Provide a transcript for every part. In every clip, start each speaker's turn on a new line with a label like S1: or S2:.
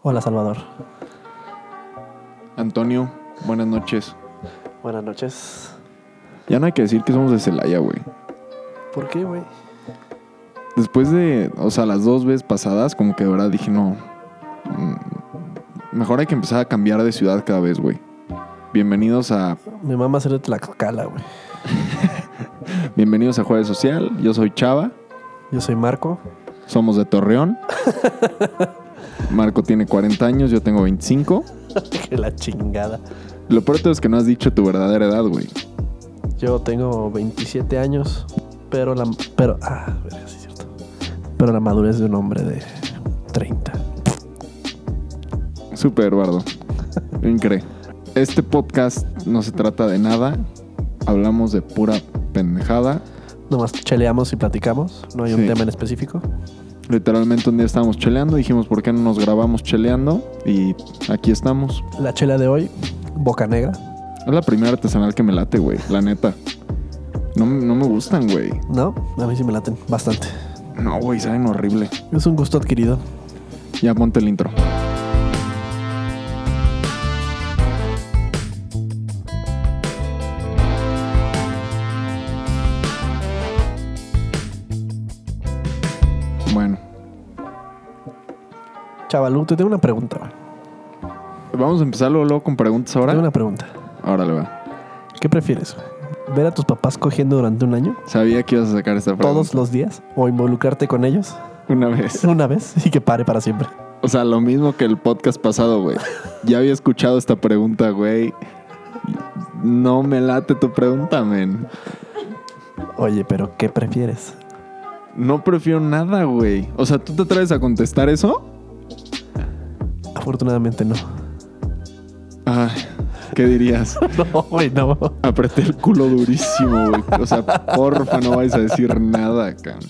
S1: Hola Salvador.
S2: Antonio, buenas noches.
S1: Buenas noches.
S2: Ya no hay que decir que somos de Celaya, güey.
S1: ¿Por qué, güey?
S2: Después de, o sea, las dos veces pasadas, como que de verdad dije, no. mm, Mejor hay que empezar a cambiar de ciudad cada vez, güey. Bienvenidos a,
S1: Mi mamá es de Tlaxcala, güey.
S2: bienvenidos a Jueves Social. Yo soy Chava.
S1: Yo soy Marco.
S2: Somos de Torreón. Marco tiene 40 años, yo tengo 25.
S1: que la chingada.
S2: Lo peor de todo es que no has dicho tu verdadera edad, güey.
S1: Yo tengo 27 años, pero la. Pero. Ah, verga, sí es cierto. Pero la madurez de un hombre de 30.
S2: Súper, Bardo. Increíble. Este podcast no se trata de nada. Hablamos de pura pendejada.
S1: Nomás cheleamos y platicamos. No hay un
S2: Sí.
S1: tema en específico.
S2: Literalmente un día estábamos cheleando, dijimos por qué no nos grabamos cheleando y aquí estamos.
S1: La chela de hoy, Boca Negra.
S2: Es la primera artesanal que me late, güey, la neta. No, me- no me gustan, güey.
S1: No, a mí sí me laten bastante.
S2: No, güey, saben horrible.
S1: Es un gusto adquirido.
S2: Ya ponte el intro. Bueno,
S1: Chavalú, te tengo una pregunta, güey.
S2: vamos a empezar luego, luego con preguntas ahora.
S1: Tengo una pregunta.
S2: Ahora le va.
S1: ¿Qué prefieres? güey? ¿Ver a tus papás cogiendo durante un año?
S2: Sabía que ibas a sacar esta pregunta.
S1: ¿Todos los días? ¿O involucrarte con ellos?
S2: Una vez.
S1: Una vez y que pare para siempre.
S2: O sea, lo mismo que el podcast pasado, güey. Ya había escuchado esta pregunta, güey. No me late tu pregunta, men.
S1: Oye, pero ¿qué prefieres?
S2: No prefiero nada, güey. O sea, ¿tú te atreves a contestar eso?
S1: Afortunadamente no.
S2: Ay, ¿qué dirías?
S1: No, güey, no.
S2: Apreté el culo durísimo, güey. O sea, porfa, no vais a decir nada, cabrón.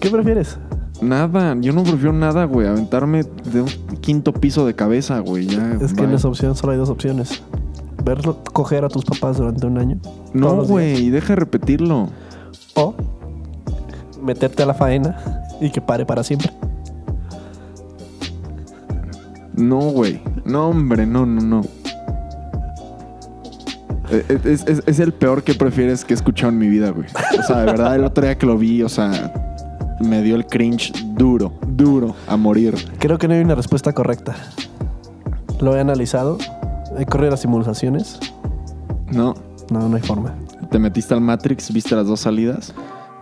S1: ¿Qué prefieres?
S2: Nada, yo no prefiero nada, güey. Aventarme de un quinto piso de cabeza, güey. Ya,
S1: Es que
S2: bye.
S1: en esa opción solo hay dos opciones. Verlo coger a tus papás durante un año. todos
S2: No,
S1: los días,
S2: güey, deja de repetirlo.
S1: O meterte a la faena y que pare para siempre.
S2: No, güey. No, hombre, no, no, no. Eh, eh, Es, es- es el peor que prefieres que he escuchado en mi vida, güey. O sea, de verdad, el otro día que lo vi, o sea, me dio el cringe duro, duro, a morir.
S1: Creo que no hay una respuesta correcta. Lo he analizado. He corrido las simulaciones.
S2: No,
S1: No, no hay forma.
S2: te metiste al Matrix, viste las dos salidas.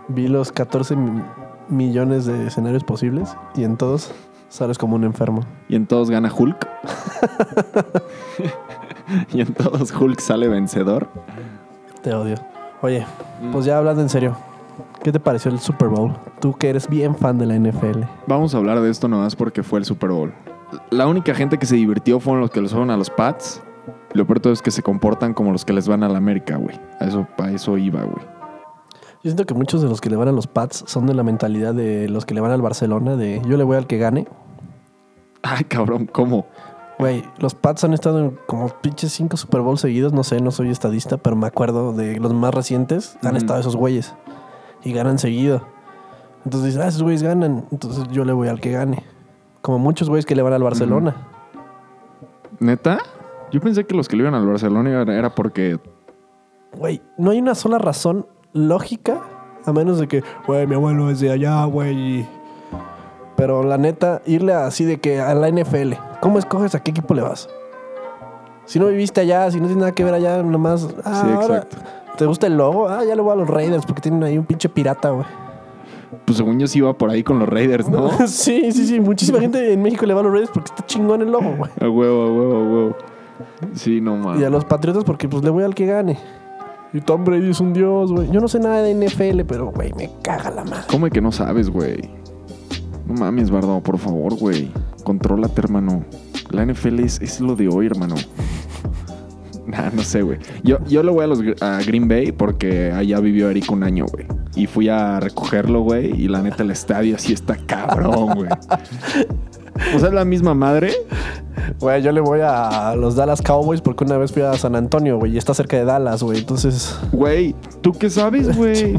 S1: Vi los 14 mi- millones de escenarios posibles y en todos sales como un enfermo.
S2: Y en todos gana Hulk. y en todos Hulk sale vencedor.
S1: Te odio. Oye, pues ya hablando en serio, ¿qué te pareció el Super Bowl? Tú que eres bien fan de la NFL.
S2: Vamos a hablar de esto nomás porque fue el Super Bowl. La única gente que se divirtió fueron los que los fueron a los Pats. Y Lo peor de todo es que se comportan como los que les van a la América, güey. A eso, a eso iba, güey.
S1: Yo siento que muchos de los que le van a los Pats son de la mentalidad de los que le van al Barcelona, de yo le voy al que gane.
S2: Ay, cabrón, ¿cómo?
S1: Güey, los Pats han estado en como pinches cinco Super Bowl seguidos, no sé, no soy estadista, pero me acuerdo de los más recientes, han
S2: Ujú.
S1: estado esos güeyes y ganan seguido. Entonces dices, ah, esos güeyes ganan, entonces yo le voy al que gane. Como muchos güeyes que le van al Barcelona.
S2: ¿Neta? Yo pensé que los que le iban al Barcelona iban- era porque...
S1: Güey, no hay una sola razón lógica, a menos de que, güey, mi abuelo es de allá, güey. Pero la neta, irle así de que a la NFL, ¿cómo escoges a qué equipo le vas? Si no viviste allá, si no tienes nada que ver allá, nomás. Ah,
S2: Sí,
S1: ahora,
S2: exacto.
S1: ¿Te gusta el logo? Ah, ya le voy a los Raiders porque tienen ahí un pinche pirata, güey.
S2: Pues según yo sí iba por ahí con los Raiders, ¿no?
S1: sí, sí, sí. Muchísima gente en México le va a los Raiders porque está chingón el logo, güey.
S2: A huevo, a huevo, a huevo. Sí, no
S1: Y a
S2: mames.
S1: los Patriotas porque pues le voy al que gane. Y Tom Brady es un dios, güey. Yo no sé nada de NFL, pero, güey, me caga la madre.
S2: ¿Cómo que no sabes, güey? No mames, Bardo, por favor, güey. Contrólate, hermano. La NFL es, es lo de hoy, hermano. Nah, no sé, güey. Yo, yo le voy a los gr- a Green Bay porque allá vivió Eric un año, güey. Y fui a recogerlo, güey. Y la neta, el estadio así está cabrón, güey. O sea, es la misma madre.
S1: Güey, yo le voy a los Dallas Cowboys porque una vez fui a San Antonio, güey, y está cerca de Dallas, güey. Entonces,
S2: Güey, ¿tú qué sabes, güey?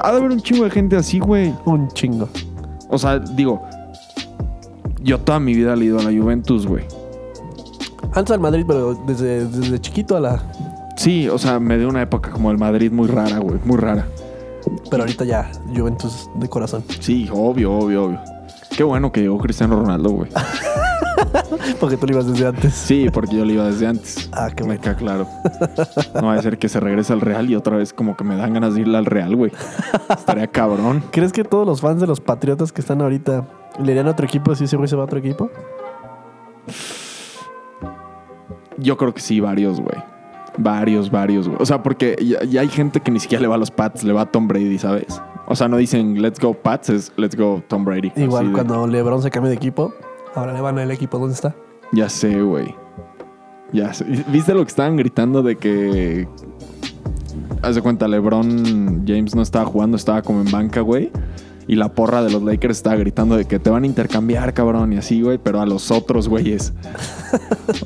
S2: Ha de haber un chingo de gente así, güey.
S1: un chingo.
S2: O sea, digo, yo toda mi vida le he ido a la Juventus, güey.
S1: Antes al Madrid, pero desde, desde chiquito a la.
S2: Sí, o sea, me dio una época como el Madrid muy rara, güey, muy rara.
S1: Pero ahorita ya, Juventus de corazón.
S2: Sí, obvio, obvio, obvio. Qué bueno que llegó Cristiano Ronaldo, güey.
S1: Porque tú lo ibas desde antes.
S2: Sí, porque yo le iba desde antes.
S1: Ah, qué
S2: Me
S1: bueno.
S2: queda claro. No va a ser que se regrese al Real y otra vez como que me dan ganas de irle al Real, güey. Estaría cabrón.
S1: ¿Crees que todos los fans de los Patriotas que están ahorita le irían a otro equipo si ese güey se va a otro equipo?
S2: Yo creo que sí, varios, güey. Varios, varios, güey. O sea, porque ya, ya hay gente que ni siquiera le va a los Pats, le va a Tom Brady, ¿sabes? O sea, no dicen let's go Pats, es let's go Tom Brady.
S1: Igual
S2: Así de-
S1: cuando LeBron se cambia de equipo, ahora le van al equipo donde está.
S2: Ya sé, güey. Ya sé. ¿Viste lo que estaban gritando de que. Haz de cuenta, LeBron James no estaba jugando, estaba como en banca, güey. Y la porra de los Lakers estaba gritando de que te van a intercambiar, cabrón, y así, güey, pero a los otros, güeyes.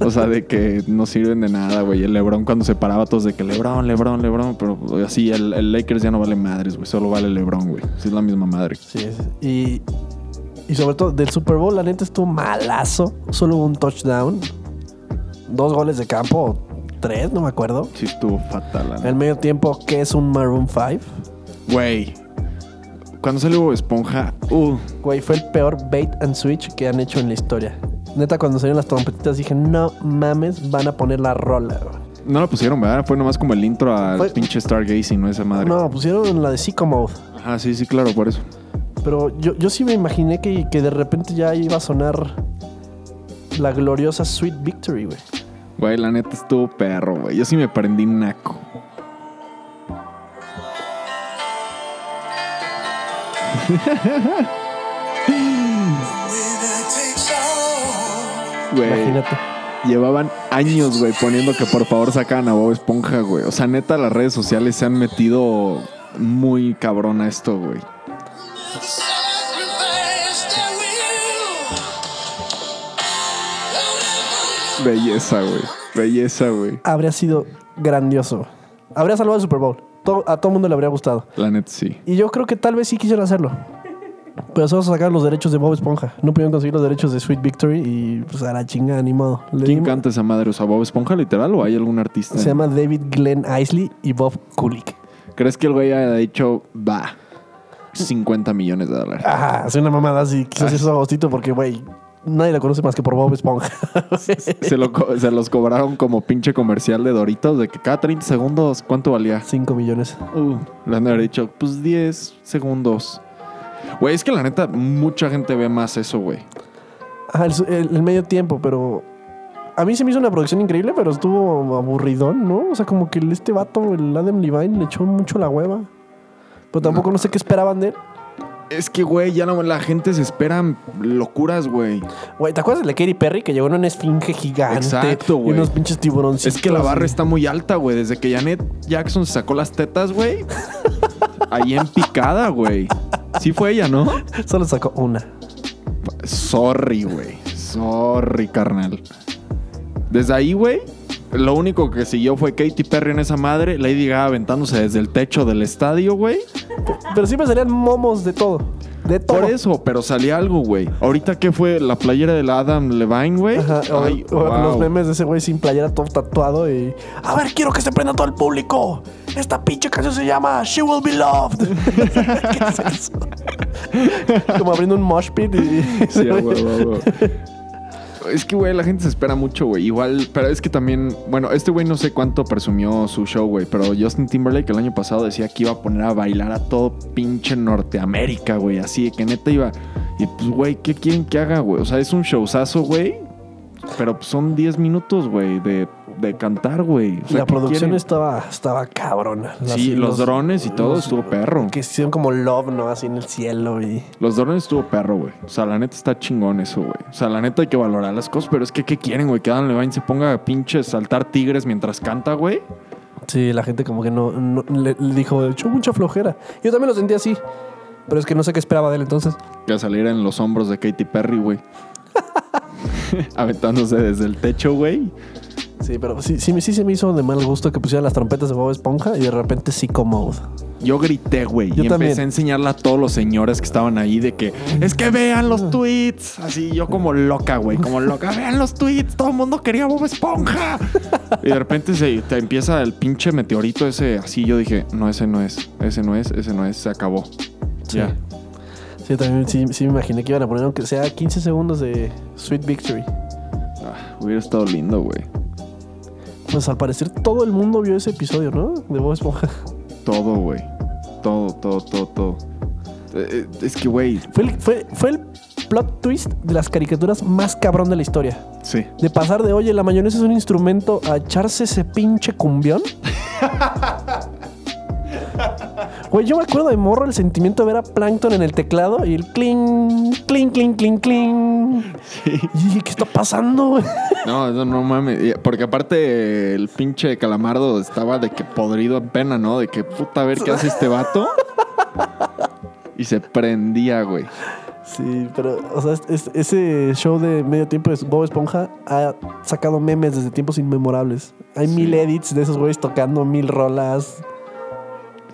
S2: O sea, de que no sirven de nada, güey. El LeBron cuando se paraba todos de que LeBron, LeBron, LeBron, pero así el, el Lakers ya no vale madres, güey. Solo vale LeBron, güey. Sí es la misma madre.
S1: Sí, sí. Y, y sobre todo del Super Bowl, la neta estuvo malazo. Solo hubo un touchdown, dos goles de campo, tres, no me acuerdo.
S2: Sí estuvo fatal, la neta.
S1: El medio tiempo, que es un Maroon 5?
S2: Güey. Cuando salió Bob Esponja, uh,
S1: Güey, fue el peor bait and switch que han hecho en la historia. Neta, cuando salieron las trompetitas dije, no mames, van a poner la rola. güey".
S2: No la pusieron, ¿verdad? Fue nomás como el intro al
S1: Fue-
S2: pinche Stargazing, ¿no? Esa madre.
S1: No, pusieron la de Sicko Mode.
S2: Ajá, sí, sí, claro, por eso.
S1: Pero yo, yo sí me imaginé que, que de repente ya iba a sonar la gloriosa Sweet Victory, güey.
S2: Güey, la neta estuvo perro, güey. Yo sí me prendí naco. Güey,
S1: Imagínate.
S2: llevaban años, güey, poniendo que por favor sacaran a Bob Esponja, güey. O sea, neta, las redes sociales se han metido muy cabrón a esto, güey. Belleza, güey. Belleza, güey.
S1: Habría sido grandioso. Habría salvado el Super Bowl. To- a todo mundo le habría gustado.
S2: La neta, sí.
S1: Y yo creo que tal vez sí quisieron hacerlo. Pero solo sacaron los derechos de Bob Esponja. No pudieron conseguir los derechos de Sweet Victory y pues a la chinga, ni modo. Le
S2: ¿Quién
S1: dimos-
S2: canta esa madre? O sea, Bob Esponja literal o hay algún artista?
S1: Se llama David Glenn Isley y Bob Kulik.
S2: ¿Crees que el güey haya dicho, va, 50 millones de dólares?
S1: Ah, soy una mamada así. Quizás eso es agostito porque, güey, nadie lo conoce más que por Bob Esponja.
S2: Se, lo co- se los cobraron como pinche comercial de Doritos, de que cada 30 segundos, ¿cuánto valía?
S1: 5 millones.
S2: Uh, le han de haber dicho, pues 10 segundos. Güey, es que la neta, mucha gente ve más eso, güey.
S1: Ajá, el, su- el- el medio tiempo, pero. A mí se me hizo una producción increíble, pero estuvo aburridón, ¿no? O sea, como que el- este vato, el Adam Levine, le echó mucho la hueva. Pero tampoco no, sé qué esperaban de él.
S2: Es que, güey, ya no, la gente se espera locuras, güey.
S1: Güey, ¿te acuerdas de la Katy Perry que llegó en una esfinge gigante?
S2: Exacto, güey.
S1: Y unos pinches tiburones.
S2: Es que la barra está muy alta, güey. Desde que Janet Jackson se sacó las tetas, güey. ahí en picada, güey. Sí fue ella, ¿no?
S1: Solo sacó una.
S2: Sorry, güey. Sorry, carnal. Desde ahí, güey. Lo único que siguió fue Katy Perry en esa madre, Lady Gaga aventándose desde el techo del estadio, güey.
S1: Pero siempre salían momos de todo. De todo.
S2: Por eso, pero salía algo, güey. Ahorita que fue la playera de la Adam Levine, güey.
S1: Ajá, o-
S2: Ay,
S1: o Los
S2: wow.
S1: memes de ese güey sin playera todo tatuado y. A ver, quiero que se prenda todo el público. Esta pinche canción se llama She Will Be Loved. ¿Qué es eso? Como abriendo un mosh pit y.
S2: Sí, a huevo, a huevo. Es que, güey, la gente se espera mucho, güey. Igual, pero es que también, bueno, este güey no sé cuánto presumió su show, güey, pero Justin Timberlake el año pasado decía que iba a poner a bailar a todo pinche Norteamérica, güey. Así de que neta iba. Y pues, güey, ¿qué quieren que haga, güey? O sea, es un showzazo, güey. Pero pues, son 10 minutos, güey, de, de cantar, güey. O sea,
S1: La
S2: ¿qué
S1: producción
S2: quieren?
S1: estaba, estaba cabrona. Las-
S2: Sí, los, drones y todo
S1: los-
S2: estuvo perro.
S1: Que hicieron como love, ¿no? Así en el cielo y.
S2: Los drones estuvo perro, güey. O sea, la neta está chingón eso, güey. O sea, la neta hay que valorar las cosas, pero es que ¿qué quieren, güey? Que Adam Levine se ponga a pinche saltar tigres mientras canta, güey.
S1: Sí, la gente como que no, no- le, le dijo, echó mucha flojera. Yo también lo sentí así. Pero es que no sé qué esperaba de él entonces.
S2: Que saliera en los hombros de Katy Perry, güey. Aventándose desde el techo, güey.
S1: Sí, pero sí, sí, sí se me hizo de mal gusto que pusieran las trompetas de Bob Esponja y de repente Psycho Mode.
S2: Yo grité, güey.
S1: Yo
S2: y
S1: también.
S2: empecé a enseñarle a todos los señores que estaban ahí de que es que vean los tweets. Así yo como loca, güey. Como loca. Vean los tweets. Todo el mundo quería Bob Esponja. y de repente se te empieza el pinche meteorito ese así. Yo dije, no, ese no es. Ese no es. Ese no es. Se acabó. Ya.
S1: Sí, también sí, sí me imaginé que iban a poner aunque sea 15 segundos de Sweet Victory.
S2: Ah, hubiera estado lindo, güey.
S1: Pues al parecer todo el mundo vio ese episodio, ¿no? De Bob Esponja.
S2: Todo, güey. Todo, todo, todo, todo. Eh, eh, Es que, güey.
S1: Fue el, fue, fue el plot twist de las caricaturas más cabrón de la historia.
S2: Sí.
S1: De pasar de, oye, la mayonesa es un instrumento a echarse ese pinche cumbión. Güey, yo me acuerdo de morro el sentimiento de ver a Plankton en el teclado y el cling, cling, cling, cling, cling. Y dije, ¿qué está pasando? güey?"
S2: No, no, no mames. Y- Porque aparte el pinche calamardo estaba de que podrido en pena, ¿no? De que puta, a ver qué hace este vato. Y se prendía, güey.
S1: Sí, pero, o sea, es- es- ese show de medio tiempo de Bob Esponja ha sacado memes desde tiempos inmemorables. Hay
S2: Sí.
S1: mil edits de esos güeyes tocando mil rolas.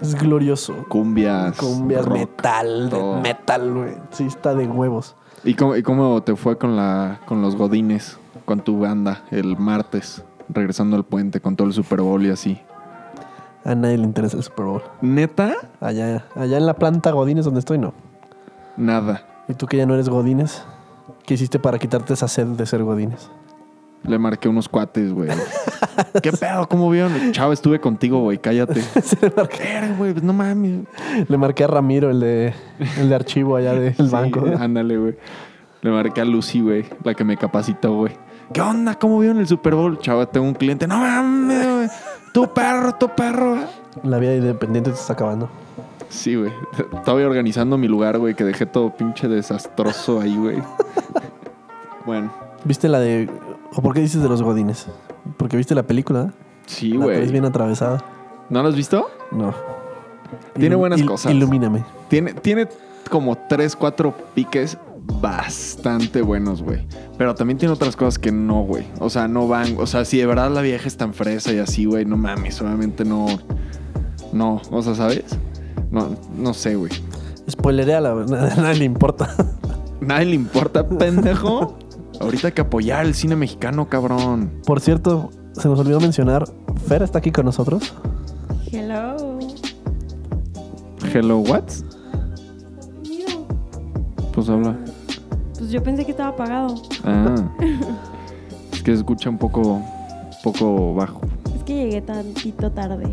S1: Es glorioso.
S2: Cumbias.
S1: Cumbias
S2: rock,
S1: metal, de
S2: todo.
S1: metal, güey. Sí, está de huevos.
S2: ¿Y cómo, y cómo te fue con, la, con los godines? Con tu banda el martes, regresando al puente con todo el Super Bowl y así.
S1: A nadie le interesa el Super Bowl.
S2: ¿Neta?
S1: Allá, allá en la planta Godines donde estoy, no.
S2: Nada.
S1: Y tú que ya no eres Godines, ¿qué hiciste para quitarte esa sed de ser Godines?
S2: Le marqué unos cuates, güey. ¿Qué pedo? ¿Cómo vieron? Chavo, estuve contigo, güey. Cállate. Verga, güey, pues no mames.
S1: Le marqué a Ramiro, el de, el de archivo allá del
S2: Sí,
S1: banco.
S2: Ándale, güey. Le marqué a Lucy, güey, la que me capacitó, güey. ¿Qué onda? ¿Cómo vieron el Super Bowl? Chava, tengo un cliente. No mames, güey. Tu perro, tu perro.
S1: La vida de independiente te está acabando.
S2: Sí, güey. Estaba organizando mi lugar, güey, que dejé todo pinche desastroso ahí, güey. Bueno,
S1: ¿Viste la de... ¿O por qué dices de los Godines? Porque viste la película,
S2: sí,
S1: ¿eh? La traes
S2: güey.
S1: bien atravesada.
S2: ¿No lo has visto?
S1: No.
S2: Tiene
S1: Ilu-
S2: buenas
S1: il-
S2: cosas.
S1: Ilumíname.
S2: Tiene, tiene como tres, cuatro piques bastante buenos, güey. Pero también tiene otras cosas que no, güey. O sea, no van. O sea, si de verdad la vieja es tan fresa y así, güey, no mames, obviamente no. No, o sea, ¿sabes? No, no sé, güey.
S1: Spoilerea, la verdad. A nadie le importa.
S2: Nadie le importa, pendejo. Ahorita hay que apoyar el cine mexicano, cabrón.
S1: Por cierto, se nos olvidó mencionar, Fer está aquí con nosotros.
S3: Hello.
S2: Hello, what? Pues habla.
S3: Pues yo pensé que estaba apagado.
S2: Ah. Es que se escucha un poco, poco bajo.
S3: Es que llegué tantito tarde.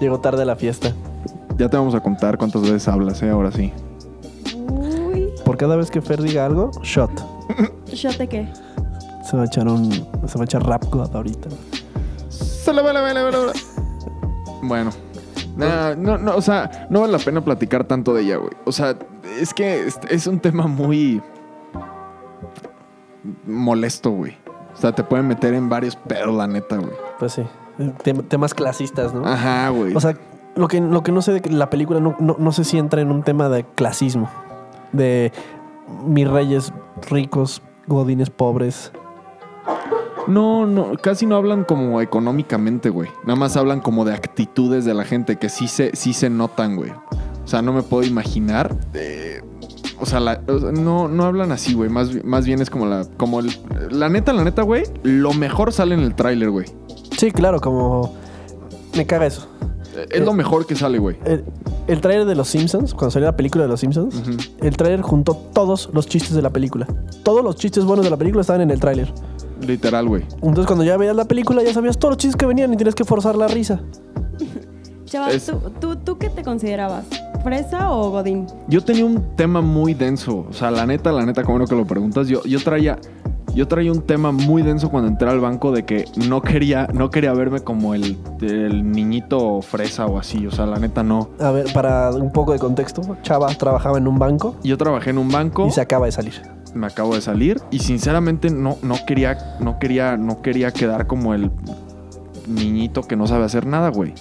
S1: Llegó tarde a la fiesta.
S2: Ya te vamos a contar cuántas veces hablas, ¿eh? Ahora sí.
S3: Uy.
S1: Por cada vez que Fer diga algo, shot.
S3: ¿Yo te qué?
S1: Se va a echar un. Se va a echar rap God ahorita.
S2: Sale, vale, vale, vale, vale. Bueno. Nah, no, no, o sea, no vale la pena platicar tanto de ella, güey. O sea, es que es, es un tema muy molesto, güey. O sea, te pueden meter en varios pedos, la neta, güey.
S1: Pues sí. Tem- temas clasistas, ¿no?
S2: Ajá, güey.
S1: Ah. O sea, lo que, lo que no sé de la película, no, no, no sé si entra en un tema de clasismo. De mis reyes ricos, godines pobres.
S2: no, no, casi no hablan como económicamente, güey. Nada más hablan como de actitudes de la gente que sí se, sí se notan, güey. O sea, no me puedo imaginar. eh, o sea, la- o sea, no, no hablan así, güey. Más, bi- más bien es como la. Como el- la neta, la neta, güey. Lo mejor sale en el tráiler, güey.
S1: Sí, claro, como. Me caga eso.
S2: Eh, Es lo mejor que sale, güey.
S1: El, el tráiler de Los Simpsons, cuando salió la película de Los Simpsons,
S2: Ujú.
S1: el tráiler juntó todos los chistes de la película. Todos los chistes buenos de la película estaban en el tráiler.
S2: Literal, güey.
S1: Entonces cuando ya veías la película ya sabías todos los chistes que venían y tienes que forzar la risa.
S3: Chaval,
S2: Es-
S3: ¿tú, tú, ¿tú qué te considerabas? ¿Fresa o Godín?
S2: Yo tenía un tema muy denso. O sea, la neta, la neta, como no que lo preguntas. Yo, yo traía. Yo traía un tema muy denso cuando entré al banco de que no quería, no quería verme como el, el niñito fresa o así. O sea, la neta no.
S1: A ver, para un poco de contexto, Chava trabajaba en un banco
S2: Yo trabajé en un banco.
S1: y se acaba de salir.
S2: me acabo de salir y sinceramente no, no quería no quería no quería quedar como el niñito que no sabe hacer nada, güey.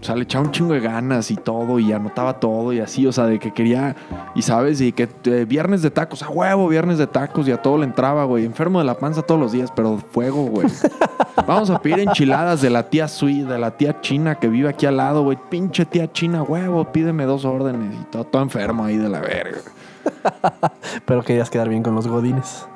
S2: O sea, le echaba un chingo de ganas y todo, y anotaba todo y así, o sea, de que quería, y sabes, y que eh, viernes de tacos, a huevo, viernes de tacos, y a todo le entraba, güey. Enfermo de la panza todos los días, pero fuego, güey. Vamos a pedir enchiladas de la tía Sui, de la tía China que vive aquí al lado, güey. Pinche tía China, huevo, pídeme dos órdenes, y todo, todo enfermo ahí de la verga.
S1: Pero querías quedar bien con los godines.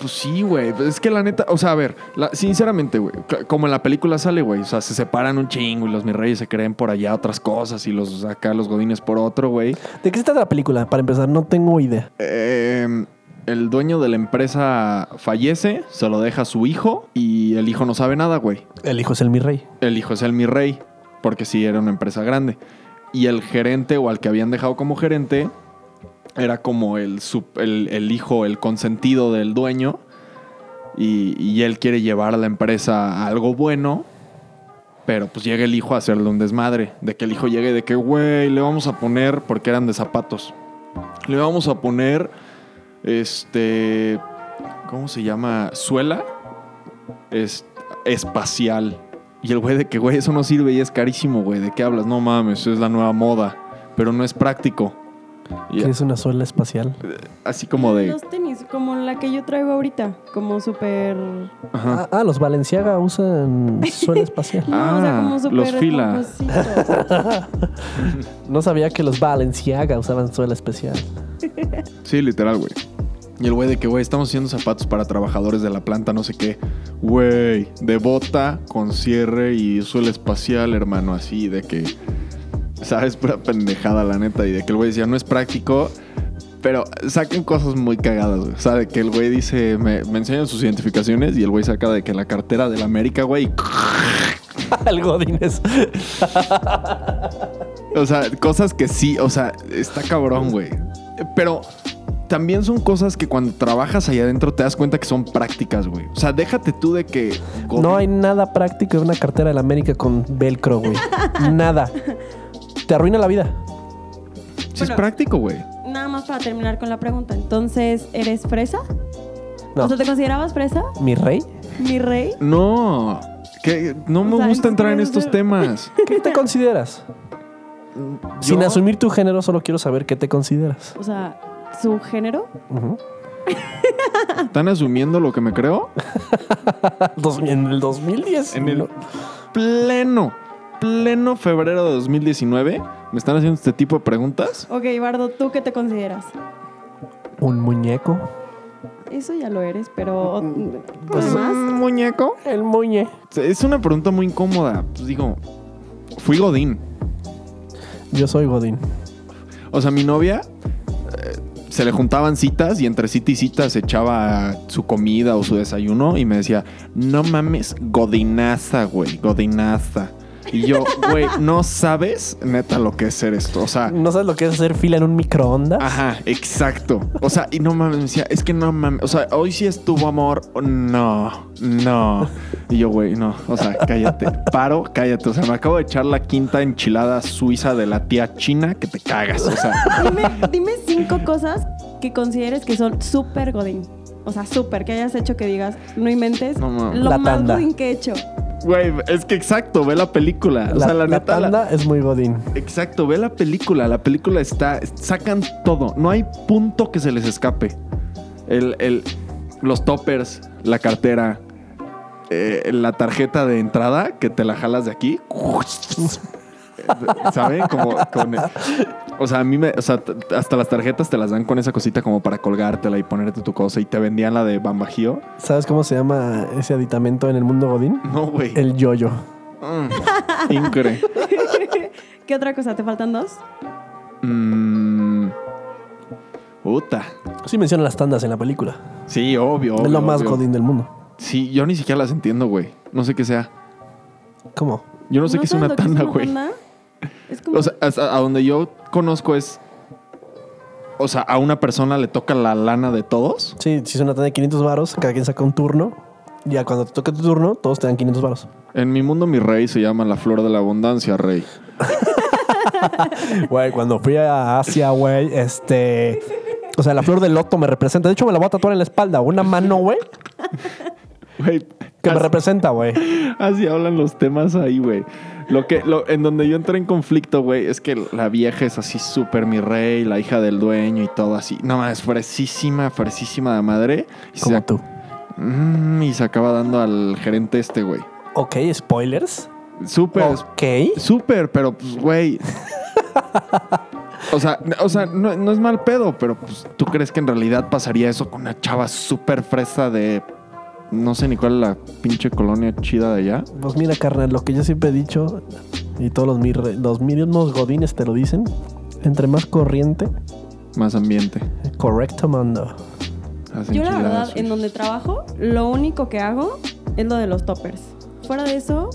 S2: Pues sí, güey. Pues Es que la neta, o sea, a ver, la- sinceramente, güey, c- como en la película sale, güey, o sea, se separan un chingo y los mis reyes se creen por allá otras cosas y los acá los godines por otro, güey.
S1: ¿De qué se trata la película? Para empezar, no tengo idea.
S2: Eh, el dueño de la empresa fallece, se lo deja a su hijo y el hijo no sabe nada, güey.
S1: El hijo es el mi rey.
S2: El hijo es el mi rey, porque sí era una empresa grande. Y el gerente o al que habían dejado como gerente era como el, sup- el, el hijo, el consentido del dueño. Y, y él quiere llevar a la empresa a algo bueno. Pero pues llega el hijo a hacerle un desmadre. De que el hijo llegue de que, güey, le vamos a poner, porque eran de zapatos. Le vamos a poner, este, ¿cómo se llama? Suela es, espacial. Y el güey de que, güey, eso no sirve y es carísimo, güey. ¿De qué hablas? No mames, es la nueva moda. Pero no es práctico. Y-
S1: Que es una suela espacial.
S2: Así como de.
S3: Los tenis, como la que yo traigo ahorita, como súper... No,
S2: Ajá.
S1: Ah, ah, los Valenciaga usan suela espacial.
S3: o sea,
S2: Ah,
S3: como súper...
S2: los fila.
S3: pompositos.
S1: No sabía que los Valenciaga usaban suela especial.
S2: Sí, literal, güey. Y el güey de que, güey, estamos haciendo zapatos para trabajadores de la planta, no sé qué. Güey, de bota, con cierre y suelo espacial, hermano, así, de que. ¿Sabes? Pura pendejada, la neta. Y de que el güey decía, no es práctico, pero sacan cosas muy cagadas, güey. O sea, de que el güey dice, me, me enseñan sus identificaciones y el güey saca de que la cartera del América, güey.
S1: el Godines.
S2: O sea, cosas que sí, o sea, está cabrón, güey. Pero también son cosas que cuando trabajas allá adentro te das cuenta que son prácticas, güey. O sea, déjate tú de que.
S1: No hay nada práctico en una cartera de la América con velcro, güey. nada. Te arruina la vida.
S2: Sí, es práctico, güey.
S3: Nada más para terminar con la pregunta. Entonces, ¿eres fresa?
S1: No.
S3: O sea, ¿te considerabas fresa?
S1: ¿Mi rey?
S3: ¿Mi rey?
S2: No. Que no me
S3: O sea,
S2: gusta entrar en
S3: es que-
S2: estos temas.
S1: ¿Qué te consideras? Sin
S2: Mm, Yo-
S1: asumir tu género, solo quiero saber qué te consideras.
S3: O sea, ¿su género?
S1: Ujú.
S2: ¿Están asumiendo lo que me creo?
S1: Dos- En el 2010.
S2: En el pleno, pleno febrero de 2019, me están haciendo este tipo de preguntas.
S3: Ok, Bardo, ¿tú qué te consideras?
S1: Un muñeco.
S3: Eso ya lo eres, pero...
S2: Mm,
S1: pues-
S3: ¿Nada más?
S2: ¿Un Mm, muñeco?
S1: El muñe.
S2: Es una pregunta muy incómoda. Pues digo, fui Godín.
S1: Yo soy Godín.
S2: O sea, mi novia eh, se le juntaban citas y entre cita y cita se echaba su comida o su desayuno y me decía, no mames, godinaza, güey, godinaza. Y yo, güey, no sabes neta lo que es ser esto. O sea,
S1: ¿No sabes lo que es hacer fila en un microondas?
S2: ajá, exacto. O sea, y no mames, me decía, es que no mames, o sea, hoy sí estuvo amor, no, no. Y yo, güey, no, o sea, cállate, paro, cállate. O sea, me acabo de echar la quinta enchilada suiza de la tía china que te cagas, o sea.
S3: Dime, dime cinco cosas que consideres que son súper godín. O sea, súper, que hayas hecho que digas, no inventes,
S2: No, no.
S3: lo
S1: La
S3: más
S1: tanda.
S3: godín que he hecho.
S2: Güey, es que exacto, ve la película. Ah, o sea, la, neta. la-
S1: tanda es muy Godín.
S2: exacto, ve la película. La película está. Sacan todo. No hay punto que se les escape. El, el- los toppers, la cartera, eh, la tarjeta de entrada que te la jalas de aquí. ¿Saben? Como con. O sea, a mí me. O sea, t- hasta las tarjetas te las dan con esa cosita como para colgártela y ponerte tu cosa. Y te vendían la de Bambajío.
S1: ¿Sabes cómo se llama ese aditamento en el mundo Godín?
S2: No, güey.
S1: El yoyo.
S2: Mm. Increíble.
S3: ¿Qué otra cosa? ¿Te faltan dos?
S2: Mmm. Puta.
S1: Sí mencionan las tandas en la película.
S2: Sí, obvio.
S1: es
S2: obvio,
S1: lo más
S2: obvio.
S1: Godín del mundo.
S2: Sí, yo ni siquiera las entiendo, güey. No sé qué sea.
S1: ¿Cómo?
S2: Yo no sé qué es
S3: sabes
S2: una
S3: lo que
S2: tanda, güey.
S3: tanda? Es como...
S2: O sea, hasta- a donde yo conozco es. O sea, a una persona le toca la lana de todos.
S1: Sí, si es una tanda de 500 varos, cada quien saca un turno. y Ya cuando te toque tu turno, todos te dan 500 varos.
S2: En mi mundo, mi rey se llama la flor de la abundancia, rey.
S1: Güey, cuando fui a Asia, güey, este... O sea, la flor del loto me representa. De hecho, me la voy a tatuar en la espalda. Una mano, güey,
S2: Güey,
S1: que me
S2: as-
S1: representa, güey.
S2: así hablan los temas ahí, güey. Lo que, lo- en donde yo entré en conflicto, güey, es que la vieja es así súper mi rey, la hija del dueño y todo así. No, es fresísima, fresísima de madre. Y
S1: Como
S2: se,
S1: tú.
S2: Mm, y se acaba dando al gerente este, güey.
S1: Ok, spoilers.
S2: Súper,
S1: ok.
S2: súper, pero pues, güey. O sea, n- o sea no, no es mal pedo, pero pues, ¿tú crees que en realidad pasaría eso con una chava súper fresa de... No sé ni cuál es la pinche colonia chida de allá?
S1: Pues mira, carnal, lo que yo siempre he dicho, y todos los, mir- los mismos godines te lo dicen, entre más corriente,
S2: Más ambiente.
S1: correcto mando.
S2: Las
S3: Yo la
S2: enchiladas
S3: verdad, en
S2: suizas.
S3: donde trabajo, lo único que hago es lo de los toppers. Fuera de eso,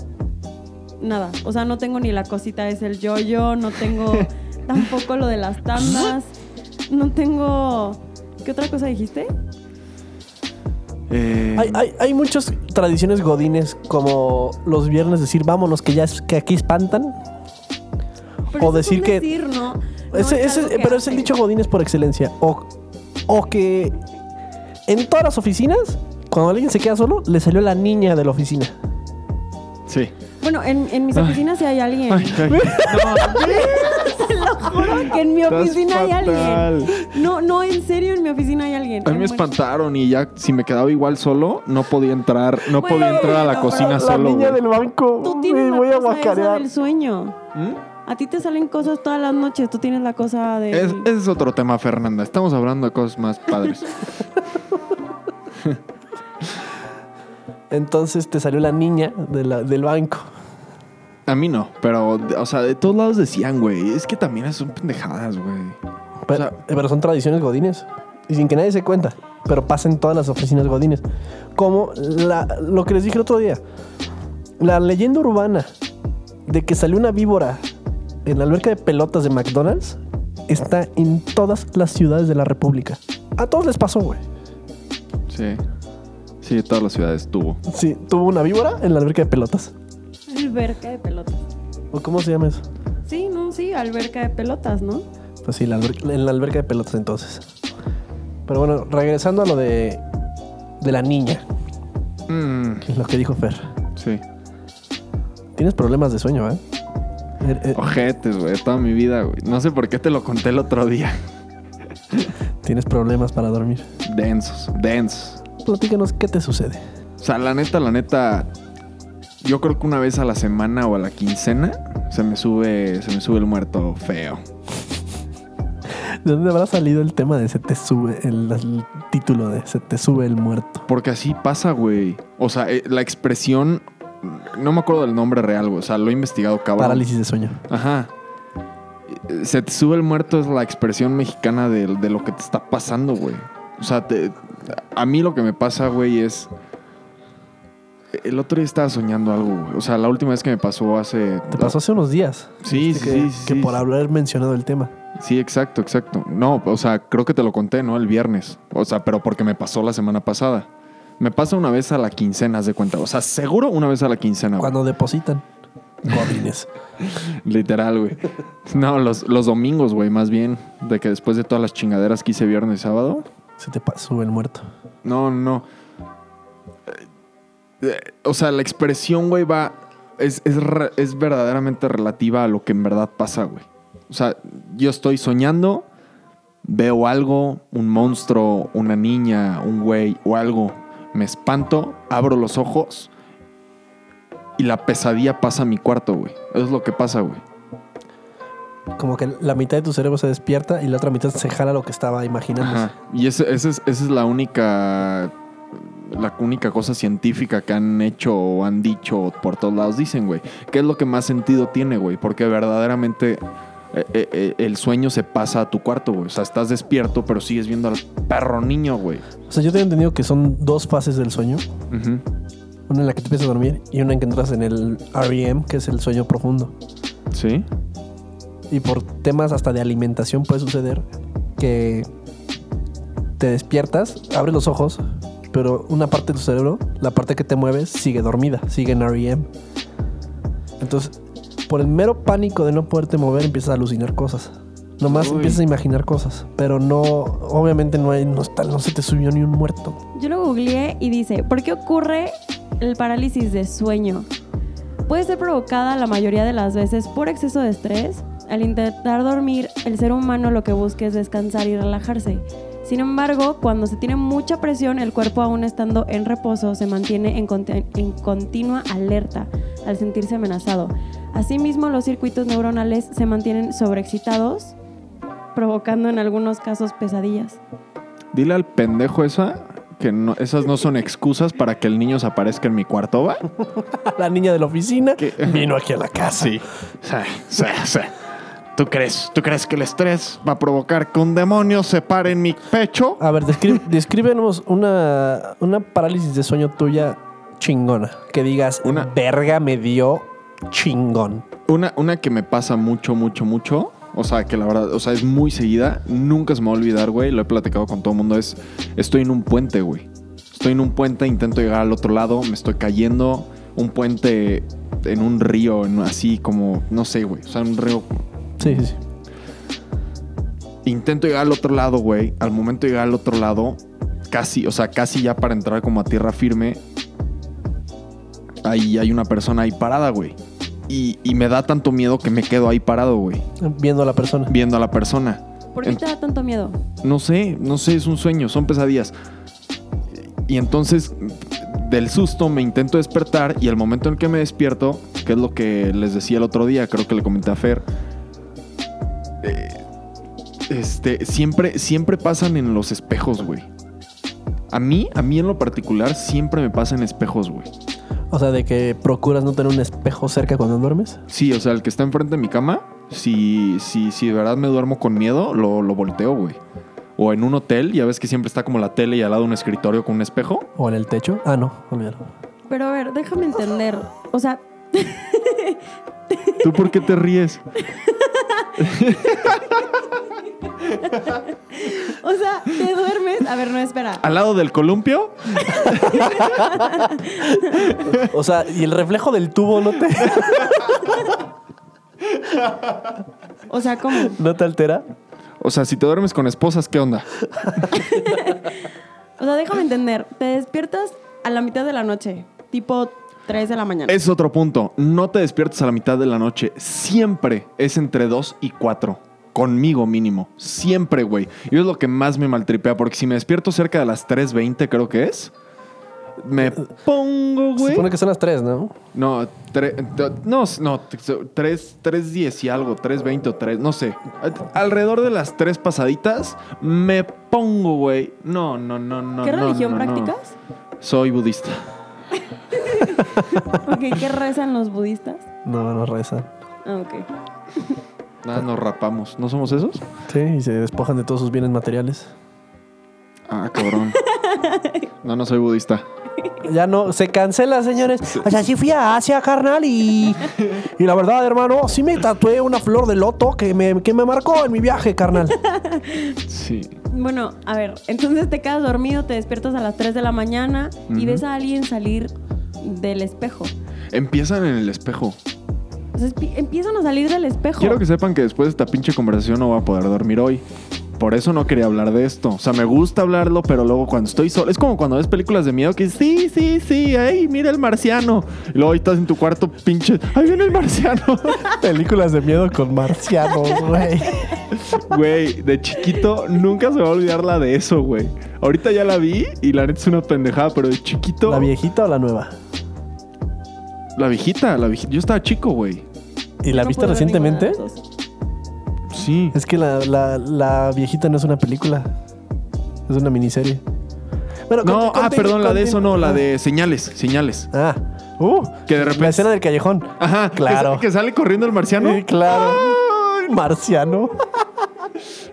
S3: nada. O sea, no tengo ni la cosita es el yo-yo, no tengo tampoco lo de las tandas, no tengo... ¿Qué otra cosa dijiste?
S2: Eh,
S1: Hay, hay, hay muchas tradiciones godines, como los viernes decir, vámonos, que ya es, que aquí espantan.
S3: Pero
S1: O
S3: eso es
S1: decir
S3: un
S1: que-
S3: decir, ¿no? No
S1: Ese-
S3: es
S1: ese-
S3: algo que
S1: pero es el
S3: hacen.
S1: dicho godines por excelencia. O, o que en todas las oficinas, cuando alguien se queda solo, le salió la niña de la oficina.
S2: Sí.
S3: Bueno, en, en mis
S2: Ay.
S3: oficinas sí hay alguien.
S2: Ay, ay.
S3: Te lo juro que en mi
S2: Estás
S3: oficina hay alguien.
S2: fatal.
S3: No, no, en serio, en mi oficina hay alguien.
S2: A mí me
S3: Bueno,
S2: espantaron y ya si me quedaba igual solo, no podía entrar, no
S3: Bueno,
S2: podía entrar a la
S3: pero
S2: cocina
S1: la
S2: solo.
S1: niña
S2: güey.
S1: del banco.
S3: Tú tienes
S1: Uy,
S3: la
S1: voy a
S3: cosa esa
S1: guacarear.
S3: del sueño.
S2: ¿Mm?
S3: A ti te salen cosas todas las noches. Tú tienes la cosa de.
S2: Es, ese es otro tema, Fernanda. Estamos hablando de cosas más padres.
S1: Entonces te salió la niña de la- del banco.
S2: A mí no, pero, o sea, de todos lados decían, güey. Es que también son pendejadas, güey.
S1: Pero,
S2: O sea-
S1: pero son tradiciones godines. Y sin que nadie se cuenta. Pero pasa en todas las oficinas godines. Como la- lo que les dije el otro día. La leyenda urbana de que salió una víbora en la alberca de pelotas de McDonald's está en todas las ciudades de la República. A todos les pasó, güey.
S2: Sí. Sí, de todas las ciudades tuvo.
S1: Sí, tuvo una víbora en la alberca de pelotas.
S3: Alberca de pelotas.
S1: ¿O cómo se llama eso?
S3: Sí, no, sí, alberca de pelotas, ¿no?
S1: Pues sí, la alber- en la alberca de pelotas entonces. Pero bueno, regresando a lo de, de la niña,
S2: Mm,
S1: que es lo que dijo Fer.
S2: sí.
S1: Tienes problemas de sueño, ¿eh? Eh, eh,
S2: Oh. Ojetes, güey. Toda mi vida, güey. No sé por qué te lo conté el otro día.
S1: Tienes problemas para dormir.
S2: Densos, densos.
S1: Platícanos qué te sucede.
S2: O sea, la neta, la neta, yo creo que una vez a la semana o a la quincena se me sube, se me sube el muerto feo.
S1: ¿De dónde habrá salido el tema de se te sube el, el título de se te sube el muerto?
S2: Porque así pasa, güey. O sea, eh, la expresión, no me acuerdo del nombre real, güey. O sea, lo he investigado, cabrón.
S1: Parálisis de sueño.
S2: Ajá. Eh, Se te sube el muerto es la expresión mexicana de, de lo que te está pasando, güey. O sea, te- a mí lo que me pasa, güey, es... El otro día estaba soñando algo, güey. O sea, la última vez que me pasó hace...
S1: Te pasó hace unos días.
S2: Sí, sí,
S1: Viste que,
S2: sí, sí,
S1: que
S2: sí,
S1: por
S2: sí.
S1: haber mencionado el tema.
S2: Sí, exacto, exacto. No, o sea, creo que te lo conté, ¿no? El viernes. O sea, pero porque me pasó la semana pasada. Me pasa una vez a la quincena, haz de cuenta. O sea, seguro una vez a la quincena. güey.
S1: Cuando depositan. Godines.
S2: Literal, güey. No, los, los domingos, güey, más bien. De que después de todas las chingaderas que hice viernes y sábado.
S1: se te pa- sube el muerto.
S2: No, no. Eh, eh, O sea, la expresión, güey, va. Es, es re- es verdaderamente relativa a lo que en verdad pasa, güey. O sea, yo estoy soñando, veo algo, un monstruo, una niña, un güey o algo. Me espanto, abro los ojos y la pesadilla pasa a mi cuarto, güey. Eso es lo que pasa, güey.
S1: Como que la mitad de tu cerebro se despierta y la otra mitad se jala lo que estaba imaginando.
S2: Ajá. Y ese- ese es- esa es la única la única cosa científica que han hecho o han dicho por todos lados dicen, güey. ¿Qué es lo que más sentido tiene, güey? Porque verdaderamente eh, eh, eh, el sueño se pasa a tu cuarto, güey. O sea, estás despierto, pero sigues viendo al perro niño, güey.
S1: O sea, yo tengo entendido que son dos fases del sueño.
S2: Ujú.
S1: Una en la que te empiezas a dormir y una en que entras en el REM, que es el sueño profundo.
S2: Sí.
S1: Y por temas hasta de alimentación puede suceder que te despiertas, abres los ojos, pero una parte de tu cerebro, la parte que te mueves, sigue dormida, sigue en REM. Entonces, por el mero pánico de no poderte mover, empiezas a alucinar cosas. Nomás
S2: Uy.
S1: empiezas a imaginar cosas, pero no, obviamente no hay, no, está, no se te subió ni un muerto.
S3: Yo lo googleé y dice: ¿Por qué ocurre el parálisis de sueño? Puede ser provocada la mayoría de las veces por exceso de estrés. Al intentar dormir, el ser humano lo que busca es descansar y relajarse. Sin embargo, cuando se tiene mucha presión, el cuerpo aún estando en reposo se mantiene en, conti- en continua alerta al sentirse amenazado. Asimismo, los circuitos neuronales se mantienen sobreexcitados, provocando en algunos casos pesadillas.
S2: Dile al pendejo esa que no- esas no son excusas para que el niño se aparezca en mi cuarto, ¿va?
S1: La niña de la oficina
S2: ¿Qué?
S1: vino aquí a la casa.
S2: Sí. Sí, sí, sí. ¿Tú crees, ¿Tú crees que el estrés va a provocar que un demonio se pare en mi pecho?
S1: A ver, descri- descríbenos una, una parálisis de sueño tuya chingona. Que digas, una
S2: Una-
S1: verga me dio chingón.
S2: Una, una que me pasa mucho, mucho, mucho. O sea, que la verdad, o sea, es muy seguida. Nunca se me va a olvidar, güey. Lo he platicado con todo el mundo. Es, estoy en un puente, güey. Estoy en un puente, intento llegar al otro lado. Me estoy cayendo. Un puente en un río, en- así como, no sé, güey. O sea, un río
S1: Sí, sí, sí.
S2: Intento llegar al otro lado, güey. Al momento de llegar al otro lado, casi, o sea, casi ya para entrar como a tierra firme, ahí hay una persona ahí parada, güey. Y, y me da tanto miedo que me quedo ahí parado, güey,
S1: Viendo a la persona.
S2: viendo a la persona.
S3: ¿Por qué
S2: En-
S3: te da tanto miedo?
S2: No sé, no sé, es un sueño, son pesadillas. Y entonces, del susto, me intento despertar y al momento en que me despierto, que es lo que les decía el otro día, creo que le comenté a Fer, eh, este, siempre, siempre pasan en los espejos, güey. A mí, a mí en lo particular, siempre me pasan espejos, güey.
S1: O sea, de que procuras no tener un espejo cerca cuando duermes.
S2: Sí, o sea, el que está enfrente de mi cama, si, si, si de verdad me duermo con miedo, lo, lo volteo, güey. O en un hotel, ya ves que siempre está como la tele y al lado un escritorio con un espejo.
S1: O en el techo. Ah, no, olvídalo.
S3: Pero a ver, déjame entender. O sea,
S2: ¿Tú por qué te ríes?
S3: o sea, te duermes. A ver, no, espera.
S2: ¿Al lado del columpio?
S1: O sea, y el reflejo del tubo no te,
S3: O sea, ¿cómo?
S1: no te altera.
S2: O sea, si te duermes con esposas, ¿qué onda?
S3: O sea, déjame entender. Te despiertas a la mitad de la noche, tipo 3 de la mañana.
S2: Ese es otro punto. No te despiertes a la mitad de la noche. Siempre es entre 2 y 4. Conmigo mínimo. Siempre, güey. Y es lo que más me maltripea, porque si me despierto cerca de las 3.20, creo que es, me pongo,
S1: Se
S2: güey.
S1: supone que son las tres, ¿no?
S2: No, tre- t- no, s- no, t- so- tres- 3.10 y algo, 3.20 o 3, no sé. A- Alrededor de las tres pasaditas me pongo, güey. No, no, no, no.
S3: ¿Qué
S2: no,
S3: religión
S2: no, no.
S3: practicas?
S2: Soy budista.
S3: Ok, ¿qué rezan los budistas?
S1: No, no rezan.
S3: Ah, ok.
S2: Nada, Ah, nos rapamos. ¿No somos esos?
S1: Sí, y se despojan de todos sus bienes materiales.
S2: Ah, cabrón. No, no soy budista.
S1: Ya no, se cancela, señores. O sea, sí fui a Asia, carnal, y, y la verdad, hermano, sí me tatué una flor de loto que me, que me marcó en mi viaje, carnal.
S2: Sí.
S3: Bueno, a ver, entonces te quedas dormido, te despiertas a las 3 de la mañana y
S2: Ujú.
S3: ves a alguien salir del espejo.
S2: Empiezan en el espejo.
S3: O sea, espi- empiezan a salir del espejo.
S2: Quiero que sepan que después de esta pinche conversación no voy a poder dormir hoy. Por eso no quería hablar de esto. O sea, me gusta hablarlo, pero luego cuando estoy solo. Es como cuando ves películas de miedo que dices, sí, sí, sí, ay, mira el marciano. Y luego ahí estás en tu cuarto, pinche, ahí viene el marciano.
S1: Películas de miedo con marcianos, güey.
S2: Güey, de chiquito nunca se va a olvidar la de eso, güey. Ahorita ya la vi y la neta es una pendejada, pero de chiquito.
S1: ¿La viejita o la nueva?
S2: La viejita, la viejita. Yo estaba chico, güey.
S1: ¿Y la
S3: No
S1: viste
S3: puedo ver ninguna de
S1: recientemente?
S3: las dos.
S2: Sí.
S1: Es que la, la- la viejita no es una película, es una miniserie. Bueno,
S2: No,
S1: conti-
S2: ah,
S1: conti-
S2: perdón, la de eso no, la
S1: conti-
S2: de señales, señales.
S1: Ah, uh,
S2: Que de repente-
S1: La escena del callejón.
S2: Ajá, que
S1: claro.
S2: sa- Que, sale corriendo el marciano.
S1: Sí, claro.
S2: Ay,
S1: Marciano.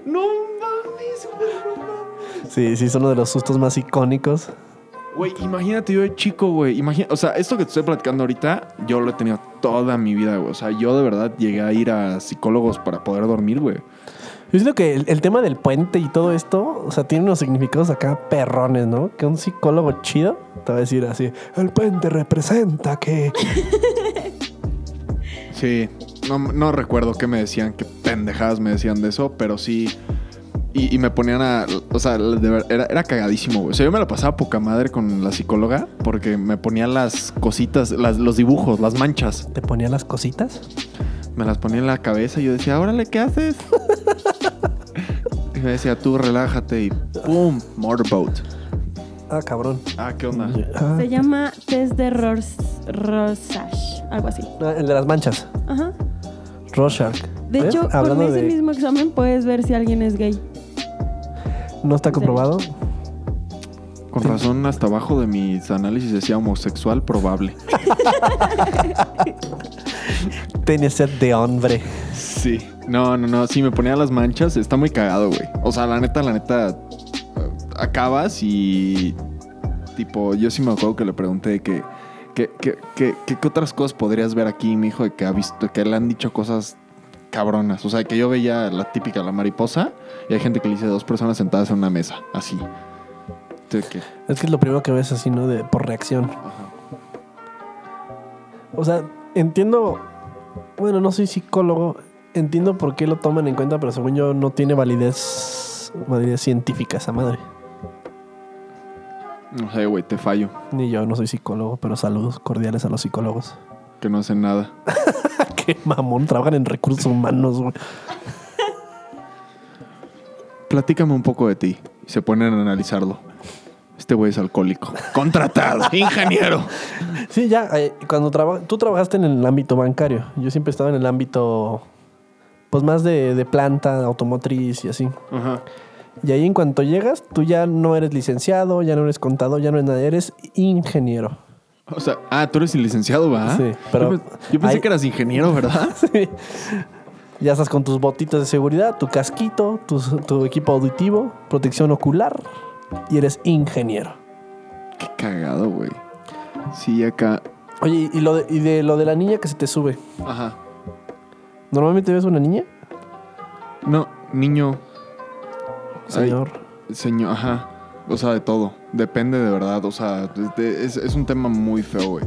S2: No mames, güey, no mames.
S1: Sí, sí, es uno de los sustos más icónicos.
S2: Güey, imagínate yo de chico, güey. Imagina, o sea, esto que te estoy platicando ahorita, yo lo he tenido toda mi vida, güey. O sea, yo de verdad llegué a ir a psicólogos para poder dormir, güey.
S1: Yo siento que el, el tema del puente y todo esto, o sea, tiene unos significados acá perrones, ¿no? Que un psicólogo chido te va a decir así, el puente representa que...
S2: Sí, no, no recuerdo qué me decían, qué pendejadas me decían de eso, pero sí. Y, y me ponían a. O sea, de ver- era, era cagadísimo, güey. O sea, yo me la pasaba poca madre con la psicóloga porque me ponía las cositas, las- los dibujos, las manchas.
S1: ¿Te ponía las cositas?
S2: Me las ponía en la cabeza y yo decía, órale, ¿qué haces? y me decía, tú relájate y ¡pum! Motorboat.
S1: Ah, cabrón.
S2: Ah, ¿qué onda?
S1: Ah,
S3: Se llama test de Ros- Rorschach, algo así.
S1: Ah, el de las manchas.
S3: Ajá.
S1: Rorschach.
S3: De
S1: ¿Ves?
S3: hecho, con
S1: Hablando
S3: ese
S1: de-
S3: mismo examen puedes ver si alguien es gay.
S1: No está comprobado.
S2: Con razón, hasta abajo de mis análisis decía homosexual probable.
S1: Tiene sed de hombre.
S2: Sí. No, no, no. Sí, me ponía las manchas. Está muy cagado, güey. O sea, la neta, la neta. eh, Acabas y. Tipo, yo sí me acuerdo que le pregunté que. que- que- que- que- ¿Qué otras cosas podrías ver aquí? mi hijo de que ha visto, que le han dicho cosas cabronas. O sea, que yo veía la típica, la mariposa, y hay gente que le dice dos personas sentadas en una mesa, así. Entonces, que-
S1: Es que es lo primero que ves así, ¿no? De, por reacción.
S2: ajá.
S1: O sea, entiendo. Bueno, no soy psicólogo. Entiendo por qué lo toman en cuenta, pero según yo no tiene validez, validez científica esa madre.
S2: No sé, güey, te fallo,
S1: Ni yo no soy psicólogo, pero saludos cordiales a los psicólogos.
S2: que no hacen nada.
S1: qué mamón, trabajan en recursos humanos, güey.
S2: Platícame un poco de ti. Y se ponen a analizarlo. Este güey es alcohólico. Contratado, ingeniero.
S1: Sí, ya, eh, cuando traba- tú trabajaste en el ámbito bancario, yo siempre estaba en el ámbito, pues más de, de planta, automotriz y así.
S2: Ajá.
S1: Y ahí en cuanto llegas, tú ya no eres licenciado, ya no eres contador, ya no eres nada, eres ingeniero.
S2: O sea, ah, tú eres licenciado, ¿va?
S1: Sí, pero-
S2: Yo, pe- yo pensé
S1: hay-
S2: que eras ingeniero, ¿verdad?
S1: Sí. Ya estás con tus botitas de seguridad, tu casquito, tus- tu, equipo auditivo, protección ocular y eres ingeniero.
S2: Qué cagado, güey. Sí, acá.
S1: Oye, y, lo de, y de lo de la niña que se te sube,
S2: Ajá.
S1: ¿normalmente ves una niña?
S2: No, niño,
S1: Señor.
S2: señor, ajá. O sea, de todo. Depende de verdad. O sea, de- de- es, es un tema muy feo, güey.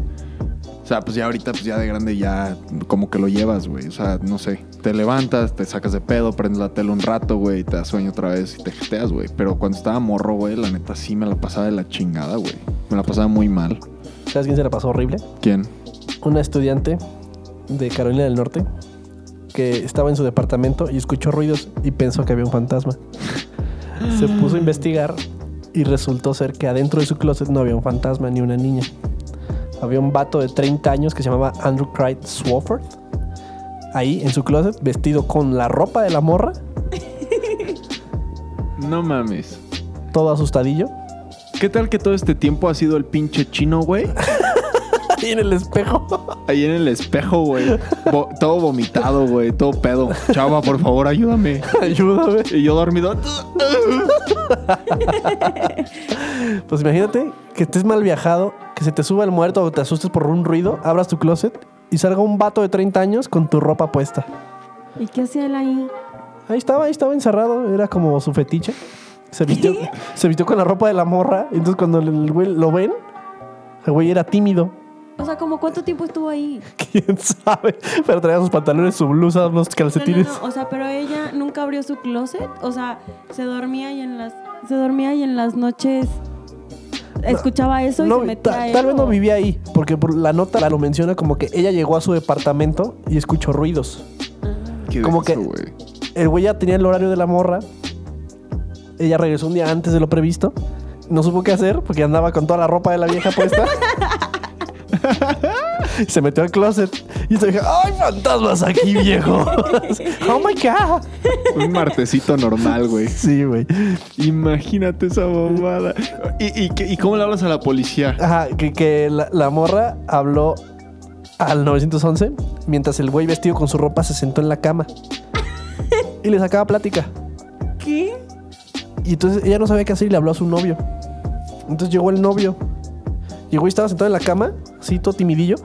S2: O sea, pues ya ahorita, pues ya de grande, ya como que lo llevas, güey. O sea, no sé. Te levantas, te sacas de pedo, prendes la tele un rato, güey, y te das sueño otra vez y te jeteas, güey. Pero cuando estaba morro, güey, la neta sí me la pasaba de la chingada, güey. Me la pasaba muy mal.
S1: ¿Sabes quién se la pasó horrible?
S2: ¿Quién?
S1: Una estudiante de Carolina del Norte que estaba en su departamento y escuchó ruidos y pensó que había un fantasma. Se puso a investigar y resultó ser que adentro de su closet no había un fantasma ni una niña. Había un vato de 30 años que se llamaba Andrew Clyde Swafford. Ahí en su closet, vestido con la ropa de la morra,
S2: No mames.
S1: todo asustadillo.
S2: ¿Qué tal que todo este tiempo ha sido el pinche chino, güey?
S1: Y en el espejo.
S2: Ahí en el espejo, güey. Vo- todo vomitado, güey. Todo pedo. Chava, por favor, ayúdame.
S1: Ayúdame.
S2: Y yo dormido.
S1: Pues imagínate que estés mal viajado, que se te suba el muerto o te asustes por un ruido, abras tu closet y salga un vato de 30 años con tu ropa puesta.
S3: ¿Y qué hacía él ahí?
S1: Ahí estaba, ahí estaba encerrado, era como su fetiche. Se vistió, se vistió con la ropa de la morra, entonces cuando el güey lo ven, el güey era tímido.
S3: O sea, ¿como cuánto tiempo estuvo ahí?
S1: ¿Quién sabe? Pero traía sus pantalones, su blusa, unos
S3: No, no,
S1: calcetines.
S3: no, o sea, pero ella nunca abrió su closet, o sea, se dormía y en las se dormía y en las noches escuchaba eso y
S1: No,
S3: se metía
S1: ta-
S3: a él,
S1: tal vez no
S3: o-
S1: vivía ahí, porque por la nota lo menciona como que ella llegó a su departamento y escuchó ruidos. Como que-
S2: güey.
S1: El güey ya tenía el horario de la morra. Ella regresó un día antes de lo previsto. No supo qué hacer porque andaba con toda la ropa de la vieja puesta. Y Se metió al closet y se dijo, ¡ay, fantasmas aquí, viejo! ¡Oh, my God!
S2: Un martesito normal, güey.
S1: Sí, güey.
S2: Imagínate esa bombada. ¿Y, y, qué- y cómo le hablas a la policía?
S1: Ajá, que, que la, la morra habló al 911 mientras el güey vestido con su ropa se sentó en la cama. Y le sacaba plática.
S3: ¿Qué?
S1: Y entonces ella no sabía qué hacer y le habló a su novio. Entonces llegó el novio. Llegó y estaba sentado en la cama, así todo timidillo,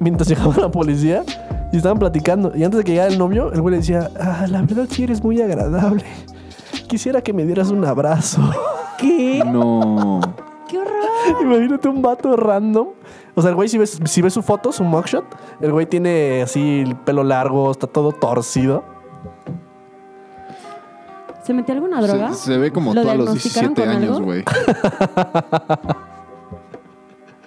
S1: mientras llegaba la policía y estaban platicando. Y antes de que llegara el novio, el güey le decía, ah, la verdad sí eres muy agradable. Quisiera que me dieras un abrazo.
S3: ¿Qué?
S2: No.
S3: ¡Qué horror!
S1: Imagínate un vato random. O sea, el güey, si ves, si ves su foto, su mugshot, el güey tiene así el pelo largo, está todo torcido.
S3: ¿Se metió alguna droga?
S2: Se, se ve como
S3: ¿Lo
S2: tú a los
S3: diagnosticaron
S2: 17
S3: con
S2: años,
S3: algo?
S2: güey.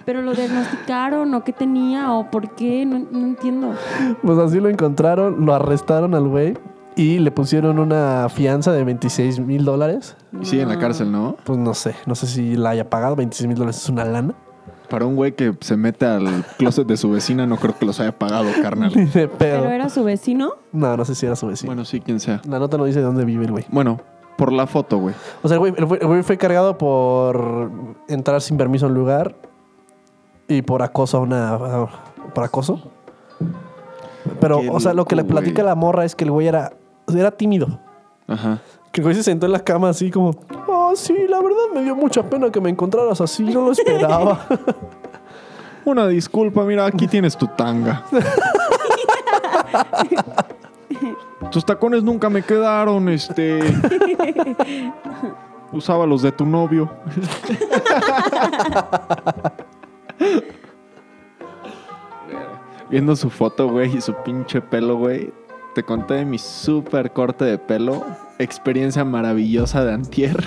S3: ¿Pero lo diagnosticaron o qué tenía o por qué? No, no entiendo.
S1: Pues así lo encontraron, lo arrestaron al güey y le pusieron una fianza de 26 mil dólares.
S2: Y sigue en la
S3: No.
S2: cárcel, ¿no?
S1: Pues no sé, no sé si la haya pagado, 26 mil dólares es una lana.
S2: Para un güey que se mete al closet de su vecina, no creo que los haya pagado,
S1: Ni
S2: carnal.
S1: de
S3: ¿Pero
S1: pedo.
S3: era su vecino?
S1: No, no sé si era su vecino.
S2: Bueno, sí, quien sea.
S1: La nota no dice de dónde vive el güey.
S2: Bueno, por la foto, güey.
S1: O sea, el güey, el güey- el güey fue cargado por entrar sin permiso a un lugar y por acoso a una. a- por acoso. Pero,
S2: Qué
S1: o sea, lo que le
S2: loco,
S1: platica
S2: güey.
S1: la morra es que el güey era, era tímido.
S2: Ajá.
S1: Que el güey se sentó en la cama así como, ah, sí, la verdad me dio mucha pena que me encontraras así, no lo esperaba.
S2: Una disculpa, mira, aquí tienes tu tanga. Tus tacones nunca me quedaron, este. Usaba los de tu novio. Viendo su foto, güey, y su pinche pelo, güey. Te conté de mi súper corte de pelo. Experiencia maravillosa de antier.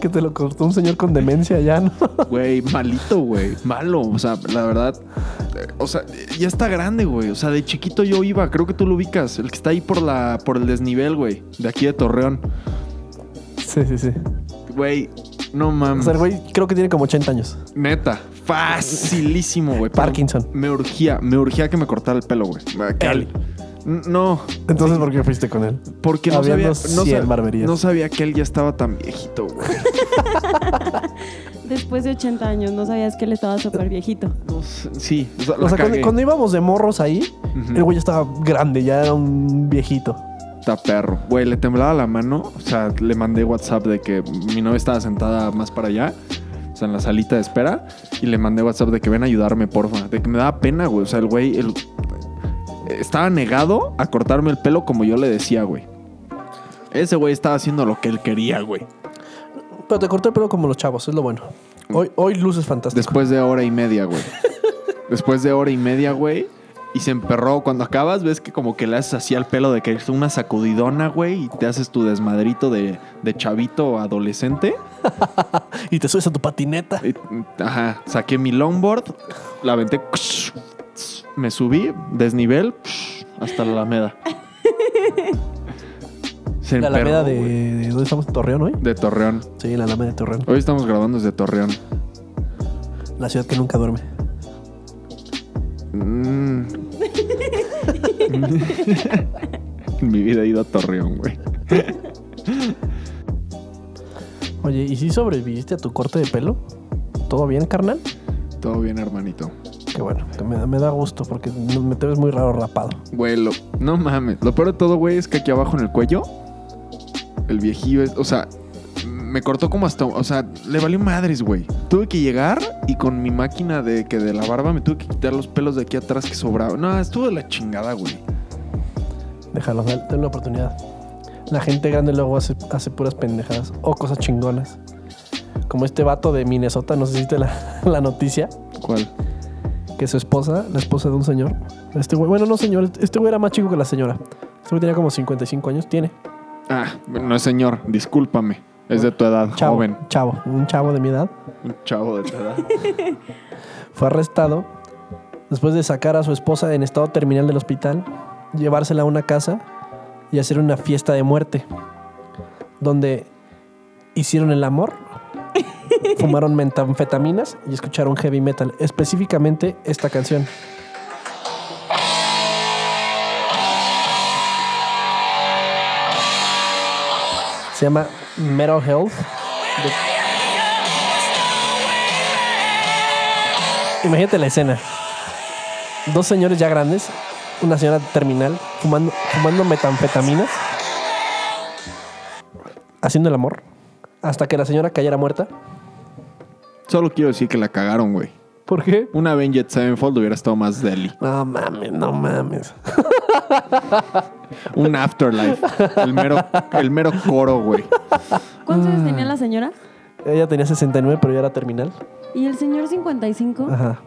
S1: que te lo cortó un señor con demencia ya, ¿no?
S2: Güey, malito, güey. Malo. O sea, la verdad. eh, O sea, eh, ya está grande, güey. O sea, de chiquito yo iba, creo que tú lo ubicas. El que está ahí por la. por el desnivel, güey. De aquí de Torreón.
S1: sí, sí, sí.
S2: Güey, no mames.
S1: O sea, el güey creo que tiene como 80 años.
S2: Neta. Facilísimo, güey. Pero
S1: Parkinson.
S2: Me urgía, me urgía que me cortara el pelo, güey. Ah, Que al-
S1: Él.
S2: N- No,
S1: Entonces, ¿por qué fuiste con él?
S2: porque no
S1: Habiendo
S2: sabía, no,
S1: 100
S2: sab-
S1: barberías.
S2: no sabía que él ya estaba tan viejito, güey.
S3: Después de 80 años, no sabías que él estaba súper viejito.
S2: No sé, sí, o sea,
S1: O
S2: la
S1: sea, cuando,
S2: cagué.
S1: cuando íbamos de morros ahí,
S2: Ujú.
S1: el güey ya estaba grande, ya era un viejito.
S2: Está perro. Güey, le temblaba la mano. O sea, le mandé WhatsApp de que mi novia estaba sentada más para allá. O sea, en la salita de espera. Y le mandé WhatsApp de que ven a ayudarme, porfa. De que me daba pena, güey. O sea, el güey el- estaba negado a cortarme el pelo como yo le decía, güey. Ese güey estaba haciendo lo que él quería, güey.
S1: Pero te corté el pelo como los chavos, es lo bueno. Hoy, hoy luces fantástico.
S2: Después de hora y media, güey. Después de hora y media, güey. Y se emperró. Cuando acabas, ves que como que le haces así al pelo de que es una sacudidona, güey. Y te haces tu desmadrito de, de chavito adolescente.
S1: Y te subes a tu patineta.
S2: Y- Ajá. Saqué mi longboard. La aventé. Me subí. Desnivel. Hasta la alameda. Se
S1: La Alameda
S2: emperró,
S1: de,
S2: güey.
S1: de- ¿Dónde estamos? ¿Torreón hoy?
S2: De Torreón.
S1: Sí, la Alameda de Torreón.
S2: Hoy estamos grabando desde Torreón.
S1: La ciudad que nunca duerme.
S2: Mm. En Mi vida he ido a Torreón, güey.
S1: Oye, ¿y si sobreviviste a tu corte de pelo? ¿Todo bien, carnal?
S2: Todo bien, hermanito.
S1: Que bueno, que me, me da gusto porque me te ves muy raro rapado.
S2: Güey, lo- no mames. Lo peor de todo, güey, es que aquí abajo en el cuello, el viejillo es. O sea, me cortó como hasta. O sea, le valió madres, güey. Tuve que llegar y con mi máquina de que de la barba me tuve que quitar los pelos de aquí atrás que sobraban. No, estuvo de la chingada, güey.
S1: Déjalo, dale, dale una oportunidad. La gente grande luego hace, hace puras pendejadas o cosas chingonas. Como este vato de Minnesota, no sé si viste la, la noticia,
S2: ¿Cuál?
S1: que su esposa, la esposa de un señor, este güey, bueno, no señor, este güey era más chico que la señora. Este güey tenía como 55 años, tiene.
S2: Ah, no es señor, discúlpame. Es de tu edad,
S1: Chavo,
S2: joven.
S1: chavo, un chavo de mi edad.
S2: Un chavo de tu edad.
S1: fue arrestado después de sacar a su esposa en estado terminal del hospital, llevársela a una casa y hacer una fiesta de muerte, donde hicieron el amor, fumaron metanfetaminas y escucharon heavy metal, específicamente esta canción. Se llama Metal Health. Imagínate la escena. Dos señores ya grandes, una señora terminal, fumando, fumando metanfetaminas, haciendo el amor, hasta que la señora cayera muerta.
S2: Solo quiero decir que la cagaron, güey.
S1: ¿Por qué?
S2: Una Avenged Sevenfold hubiera estado más deli.
S1: No mames, no mames.
S2: Un Afterlife. El mero, el mero coro, güey.
S3: ¿Cuántos años tenía la señora?
S1: Ella tenía 69, pero ya era terminal.
S3: ¿Y el señor 55?
S1: Ajá.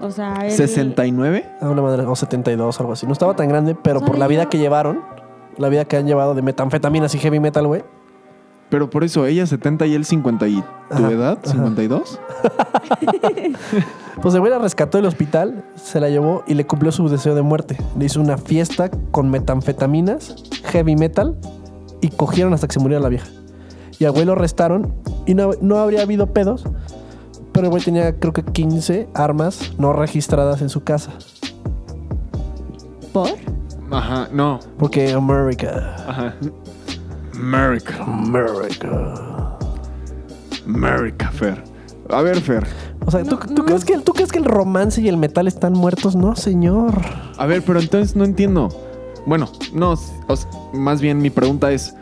S3: O sea, él...
S2: ¿69?
S1: A una madre, o 72, algo así. No estaba tan grande, pero
S3: O sea,
S1: por la
S3: ella-
S1: vida que llevaron, La vida que han llevado de metanfetaminas y heavy metal, güey.
S2: Pero por eso, ella 70 y él 50 y... ¿Tu
S1: Ajá,
S2: edad? ¿52?
S1: Pues el güey la rescató del hospital, se la llevó y le cumplió su deseo de muerte. Le hizo una fiesta con metanfetaminas, heavy metal y cogieron hasta que se murió la vieja. Y al güey lo arrestaron y no, no habría habido pedos, pero el güey tenía creo que 15 armas no registradas en su casa.
S3: ¿Por?
S2: Ajá, no.
S1: Porque America,
S2: Ajá. America.
S1: America.
S2: America, Fer. A ver, Fer.
S1: O sea, ¿tú,
S3: No,
S1: tú
S3: no.
S1: crees que, el- ¿tú crees que el romance y el metal están muertos? No, señor.
S2: A ver, pero entonces no entiendo. Bueno, no, s- o s- más bien mi pregunta es,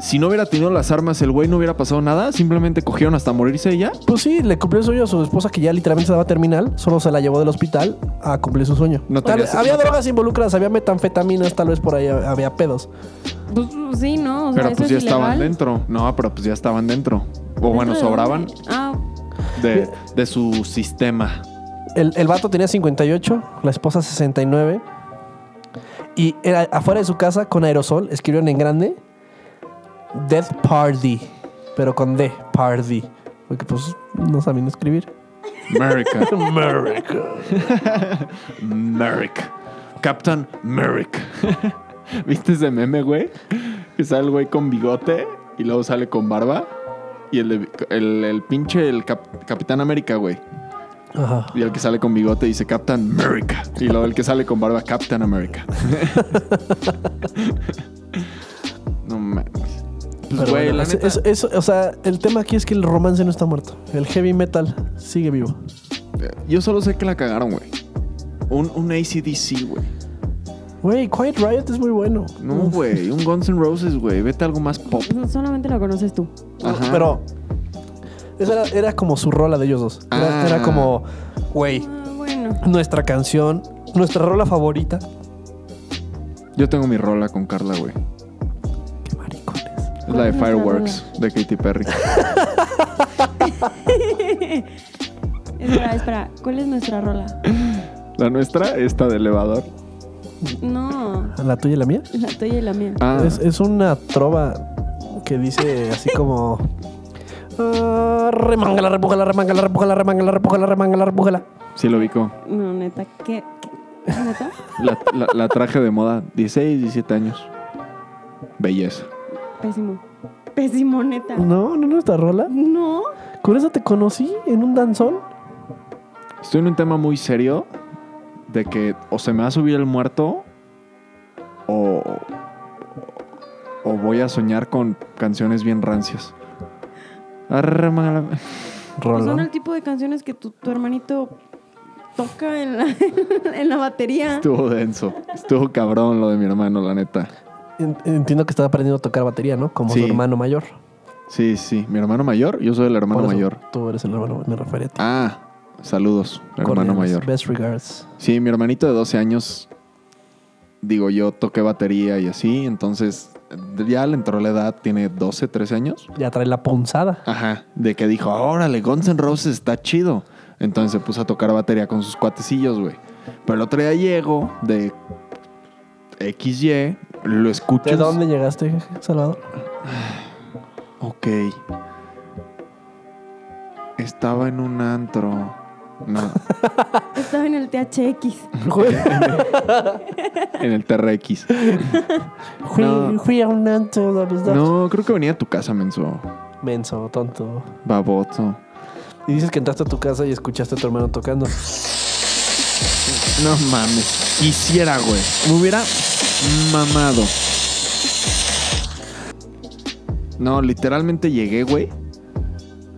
S2: si no hubiera tenido las armas, el güey no hubiera pasado nada, simplemente cogieron hasta morirse y ya.
S1: Pues sí, le cumplió el sueño a su esposa que ya literalmente se daba terminal, solo se la llevó del hospital a cumplir su sueño.
S2: No
S1: Tal-
S2: tenías-
S1: había
S2: no te-
S1: drogas involucradas, había metanfetaminas, tal vez por ahí había pedos.
S3: Pues sí, ¿no? O sea,
S2: pero
S3: eso
S2: pues ya
S3: es ilegal.
S2: estaban dentro. No, pero pues ya estaban dentro. O bueno,
S3: ¿Dentro de
S2: sobraban
S3: dónde? Ah,
S2: de, de su sistema.
S1: El, el vato tenía 58, la esposa 69. Y era afuera de su casa con aerosol, escribieron en grande Death Party, pero con D, Party. Porque pues no sabían escribir.
S2: America.
S1: America.
S2: Merrick. Captain Merrick. ¿Viste ese meme, güey? Que sale el güey con bigote y luego sale con barba. Y el, de- el, el pinche el Cap- Capitán América, güey.
S1: Ajá.
S2: Y el que sale con bigote dice Captain America. Y luego el que sale con barba, Captain America. no mames. Pues,
S1: Pero
S2: güey,
S1: bueno,
S2: la
S1: eso-
S2: neta-
S1: eso- eso- o sea, el tema aquí es que el romance no está muerto. El heavy metal sigue vivo.
S2: Yo solo sé que la cagaron, güey. Un, un ACDC, güey.
S1: Güey, Quiet Riot es muy bueno.
S2: No, güey. Un Guns N' Roses, güey. Vete a algo más pop.
S3: pues, solamente lo conoces tú.
S2: Ajá.
S1: Pero esa era, era como su rola de ellos dos. Era,
S2: Ah.
S1: era como, güey,
S3: Ah, bueno.
S1: nuestra canción, nuestra rola favorita.
S2: Yo tengo mi rola con Carla, güey.
S1: Qué maricones.
S2: Es la de
S3: ¿Cuál es la
S2: Fireworks de Katy Perry.
S3: Espera, espera. ¿Cuál es nuestra rola?
S2: La nuestra, esta de elevador.
S3: No,
S1: ¿La tuya y la mía?
S3: la tuya y la mía.
S2: Ah,
S1: Es, es una trova que dice así como... "Ah, remángala, repújala, remángala, repújala, remángala, repújala, remángala, repújala.
S2: sí lo ubico.
S3: No, neta, ¿qué? qué? ¿Neta?
S2: La, la- la traje de moda, 16, 17 años. Belleza.
S3: Pésimo. Pésimo, neta.
S1: No, no, no, esta rola.
S3: No.
S1: Con esa te conocí en un danzón.
S2: Estoy en un tema muy serio de que o se me va a subir el muerto o, o voy a soñar con canciones bien rancias. Arre, mala-
S1: Rola.
S3: pues, Son el tipo de canciones que tu, tu hermanito toca en la, en la batería.
S2: Estuvo denso. Estuvo cabrón lo de mi hermano, la neta.
S1: En- Entiendo que estaba aprendiendo a tocar batería, ¿no? Como
S2: Sí.
S1: su hermano mayor.
S2: Sí, sí. Mi hermano mayor, yo soy el hermano
S1: Por eso
S2: mayor.
S1: Tú eres el hermano, me refería a ti.
S2: Ah, saludos, hermano
S1: Cordiales.
S2: mayor.
S1: Best regards.
S2: Sí, mi hermanito de 12 años, digo yo, toqué batería y así, entonces ya le entró la edad, tiene 12, 13 años.
S1: Ya trae la punzada.
S2: Ajá, de que dijo, órale, Guns N' Roses está chido. Entonces se puso a tocar batería con sus cuatecillos, güey. Pero el otro día llego de XY, lo escucho.
S1: ¿De dónde llegaste, Salvador?
S2: Ok. Estaba en un antro. No,
S3: Estaba en el THX.
S1: Fui,
S2: en el TRX.
S1: fui-
S2: No.
S1: fui a un antro, la verdad.
S2: No, creo que venía a tu casa, menso.
S1: Menso, tonto.
S2: Baboso.
S1: Y dices que entraste a tu casa y escuchaste a tu hermano tocando.
S2: No mames. Quisiera, güey. Me hubiera mamado. No, literalmente llegué, güey.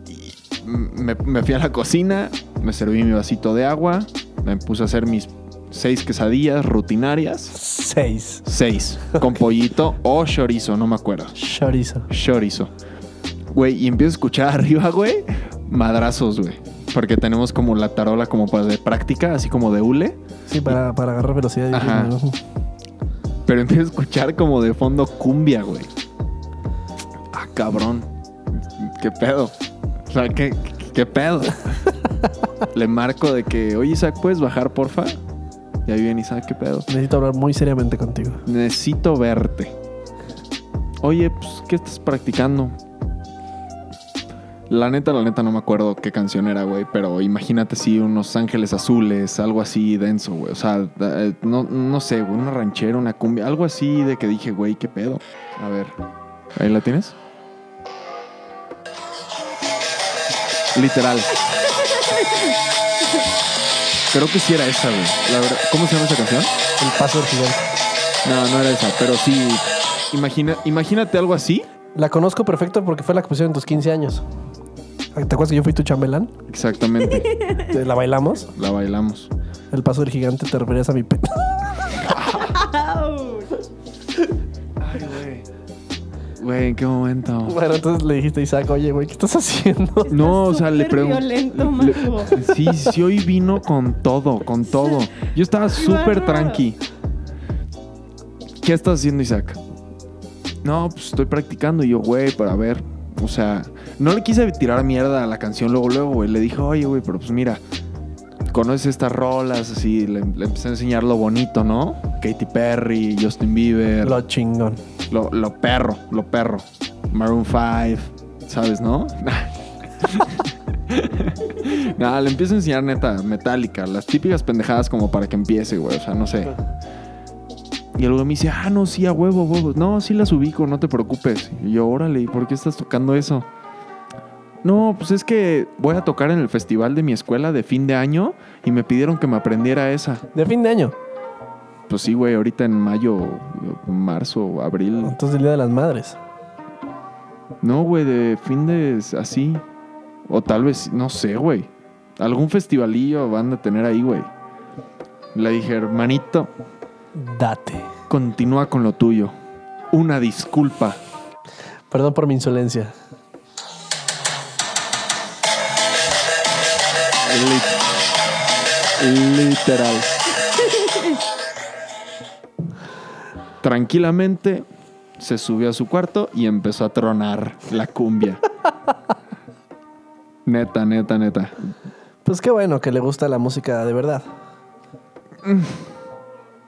S2: Y me, me fui a la cocina, me serví mi vasito de agua, me puse a hacer mis seis quesadillas rutinarias.
S1: Seis.
S2: Seis. Con pollito o chorizo, no me acuerdo.
S1: Chorizo.
S2: Chorizo. Güey, y empiezo a escuchar arriba, güey, madrazos, güey. Porque tenemos como la tarola como para de práctica, así como de hule.
S1: Sí, para, para agarrar velocidad. y
S2: Ajá.
S1: ritmo, ¿no?
S2: Pero empiezo a escuchar como de fondo cumbia, güey. Ah, cabrón. ¿Qué pedo? O sea, ¿qué, qué- qué pedo? Le marco de que, oye, Isaac, ¿puedes bajar, porfa? Y ahí viene y sabe qué pedo.
S1: Necesito hablar muy seriamente contigo.
S2: Necesito verte. Oye, pues, ¿qué estás practicando? La neta, la neta, no me acuerdo qué canción era, güey, pero imagínate si unos ángeles azules, algo así denso, güey. O sea, da- eh, no, no sé, güey, una ranchera, una cumbia, algo así de que dije, güey, qué pedo. A ver, ¿ahí la tienes? Literal. Creo que sí era esa, güey. La verdad, ¿Cómo se llama esa canción?
S1: El paso del gigante.
S2: No, no era esa, pero sí. Imagina, imagínate algo así.
S1: La conozco perfecto porque fue la que pusieron en tus 15 años. ¿Te acuerdas que yo fui tu chambelán?
S2: Exactamente.
S1: Te- La bailamos.
S2: La bailamos.
S1: El paso del gigante te refieres a mi pene.
S3: Au.
S2: Güey, ¿en qué momento?
S1: Bueno, entonces le dijiste a Isaac, oye, güey, ¿qué estás haciendo?
S2: No, o sea, le
S3: súper
S2: pregunto.
S3: violento, Majo.
S2: Sí, sí, hoy vino con todo, con todo. Yo estaba súper
S3: Majo.
S2: tranqui. ¿Qué estás haciendo, Isaac? No, pues estoy practicando. Y yo, güey, para ver. O sea, no le quise tirar mierda a la canción luego, luego, güey. Le dije, oye, güey, pero pues mira, conoces estas rolas, así. Le, le empecé a enseñar lo bonito, ¿no? Katy Perry, Justin Bieber.
S1: Lo chingón.
S2: Lo, lo perro, lo perro. Maroon 5, ¿sabes, no? Nada, le empiezo a enseñar neta, metálica, las típicas pendejadas como para que empiece, güey, o sea, no sé. Y luego me dice, ah, no, sí, a huevo, huevo. No, sí las ubico, no te preocupes. Y yo, órale, ¿y por qué estás tocando eso? No, pues es que voy a tocar en el festival de mi escuela de fin de año y me pidieron que me aprendiera esa.
S1: De fin de año.
S2: Pues sí, güey, ahorita en mayo, marzo, abril.
S1: Entonces el Día de las Madres.
S2: No, güey, de fin de s- así. O tal vez, no sé, güey. Algún festivalillo van a tener ahí, güey. Le dije, hermanito,
S1: Date.
S2: continúa con lo tuyo. Una disculpa.
S1: Perdón por mi insolencia.
S2: Lit- literal. Tranquilamente se subió a su cuarto y empezó a tronar la cumbia. Neta, neta, neta.
S1: Pues qué bueno que le gusta la música de verdad.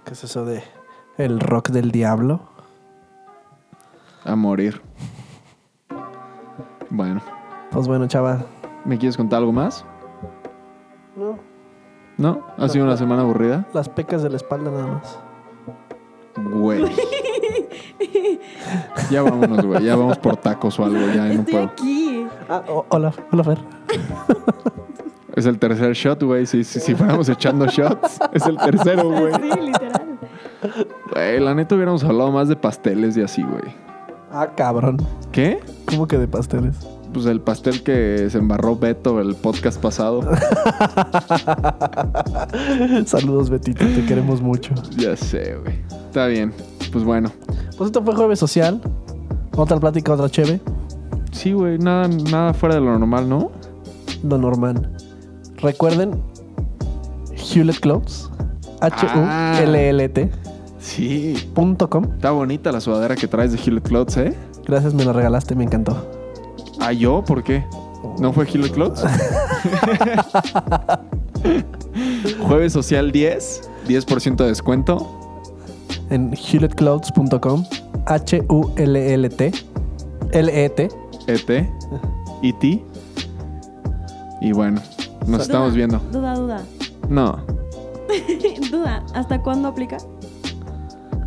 S1: ¿Qué es eso de el rock del diablo?
S2: A morir. Bueno,
S1: Pues bueno, chava.
S2: ¿me quieres contar algo más?
S1: No.
S2: ¿No? ¿Ha sido una semana aburrida?
S1: Las pecas de la espalda nada más.
S2: Güey. Ya vámonos, güey. Ya vamos por tacos o algo. Ya no
S3: Estoy
S2: puedo.
S3: aquí.
S1: Ah, o- hola, hola Fer.
S2: Es el tercer shot, güey. Si, si, si fuéramos echando shots, es el tercero, güey.
S3: Sí, literal.
S2: Güey, la neta hubiéramos hablado más de pasteles y así, güey.
S1: Ah, cabrón.
S2: ¿Qué?
S1: ¿Cómo que de pasteles?
S2: Pues el pastel que se embarró Beto el podcast pasado.
S1: Saludos, Betito, te queremos mucho.
S2: Ya sé, güey. Está bien. Pues bueno.
S1: Pues esto fue Jueves Social. Otra plática, otra cheve.
S2: Sí, güey. Nada, nada fuera de lo normal, ¿no?
S1: Lo normal. Recuerden, Hewlett Clothes.
S2: Ah.
S1: H-U-L-L-T.
S2: Sí.
S1: punto com.
S2: Está bonita la sudadera que traes de Hewlett Clotz, ¿eh?
S1: Gracias, me la regalaste, me encantó.
S2: ¿Ah, yo? ¿Por qué? ¿No fue Hewlett Clotz? Jueves Social 10, 10% de descuento.
S1: En hewlettclothes.com. H-U-L-L-T. L-E-T.
S2: ET, ET. E Y bueno, nos estamos
S3: Duda,
S2: viendo.
S3: Duda, duda.
S2: No,
S3: duda, ¿hasta cuándo aplica?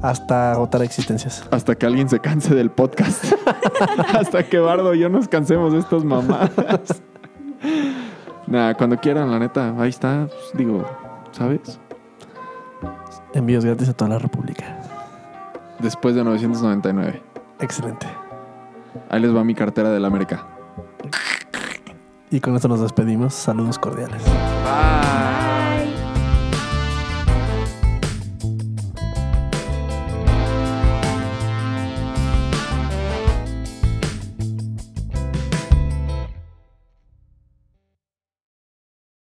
S1: Hasta agotar existencias.
S2: hasta que alguien se canse del podcast. hasta que Bardo y yo nos cansemos de estas mamadas. Nada, cuando quieran, la neta, ahí está. pues, digo, ¿sabes?
S1: Envíos gratis a toda la República.
S2: Después de 999.
S1: Excelente.
S2: Ahí les va mi cartera del América.
S1: Y con esto nos despedimos. Saludos cordiales.
S2: Bye.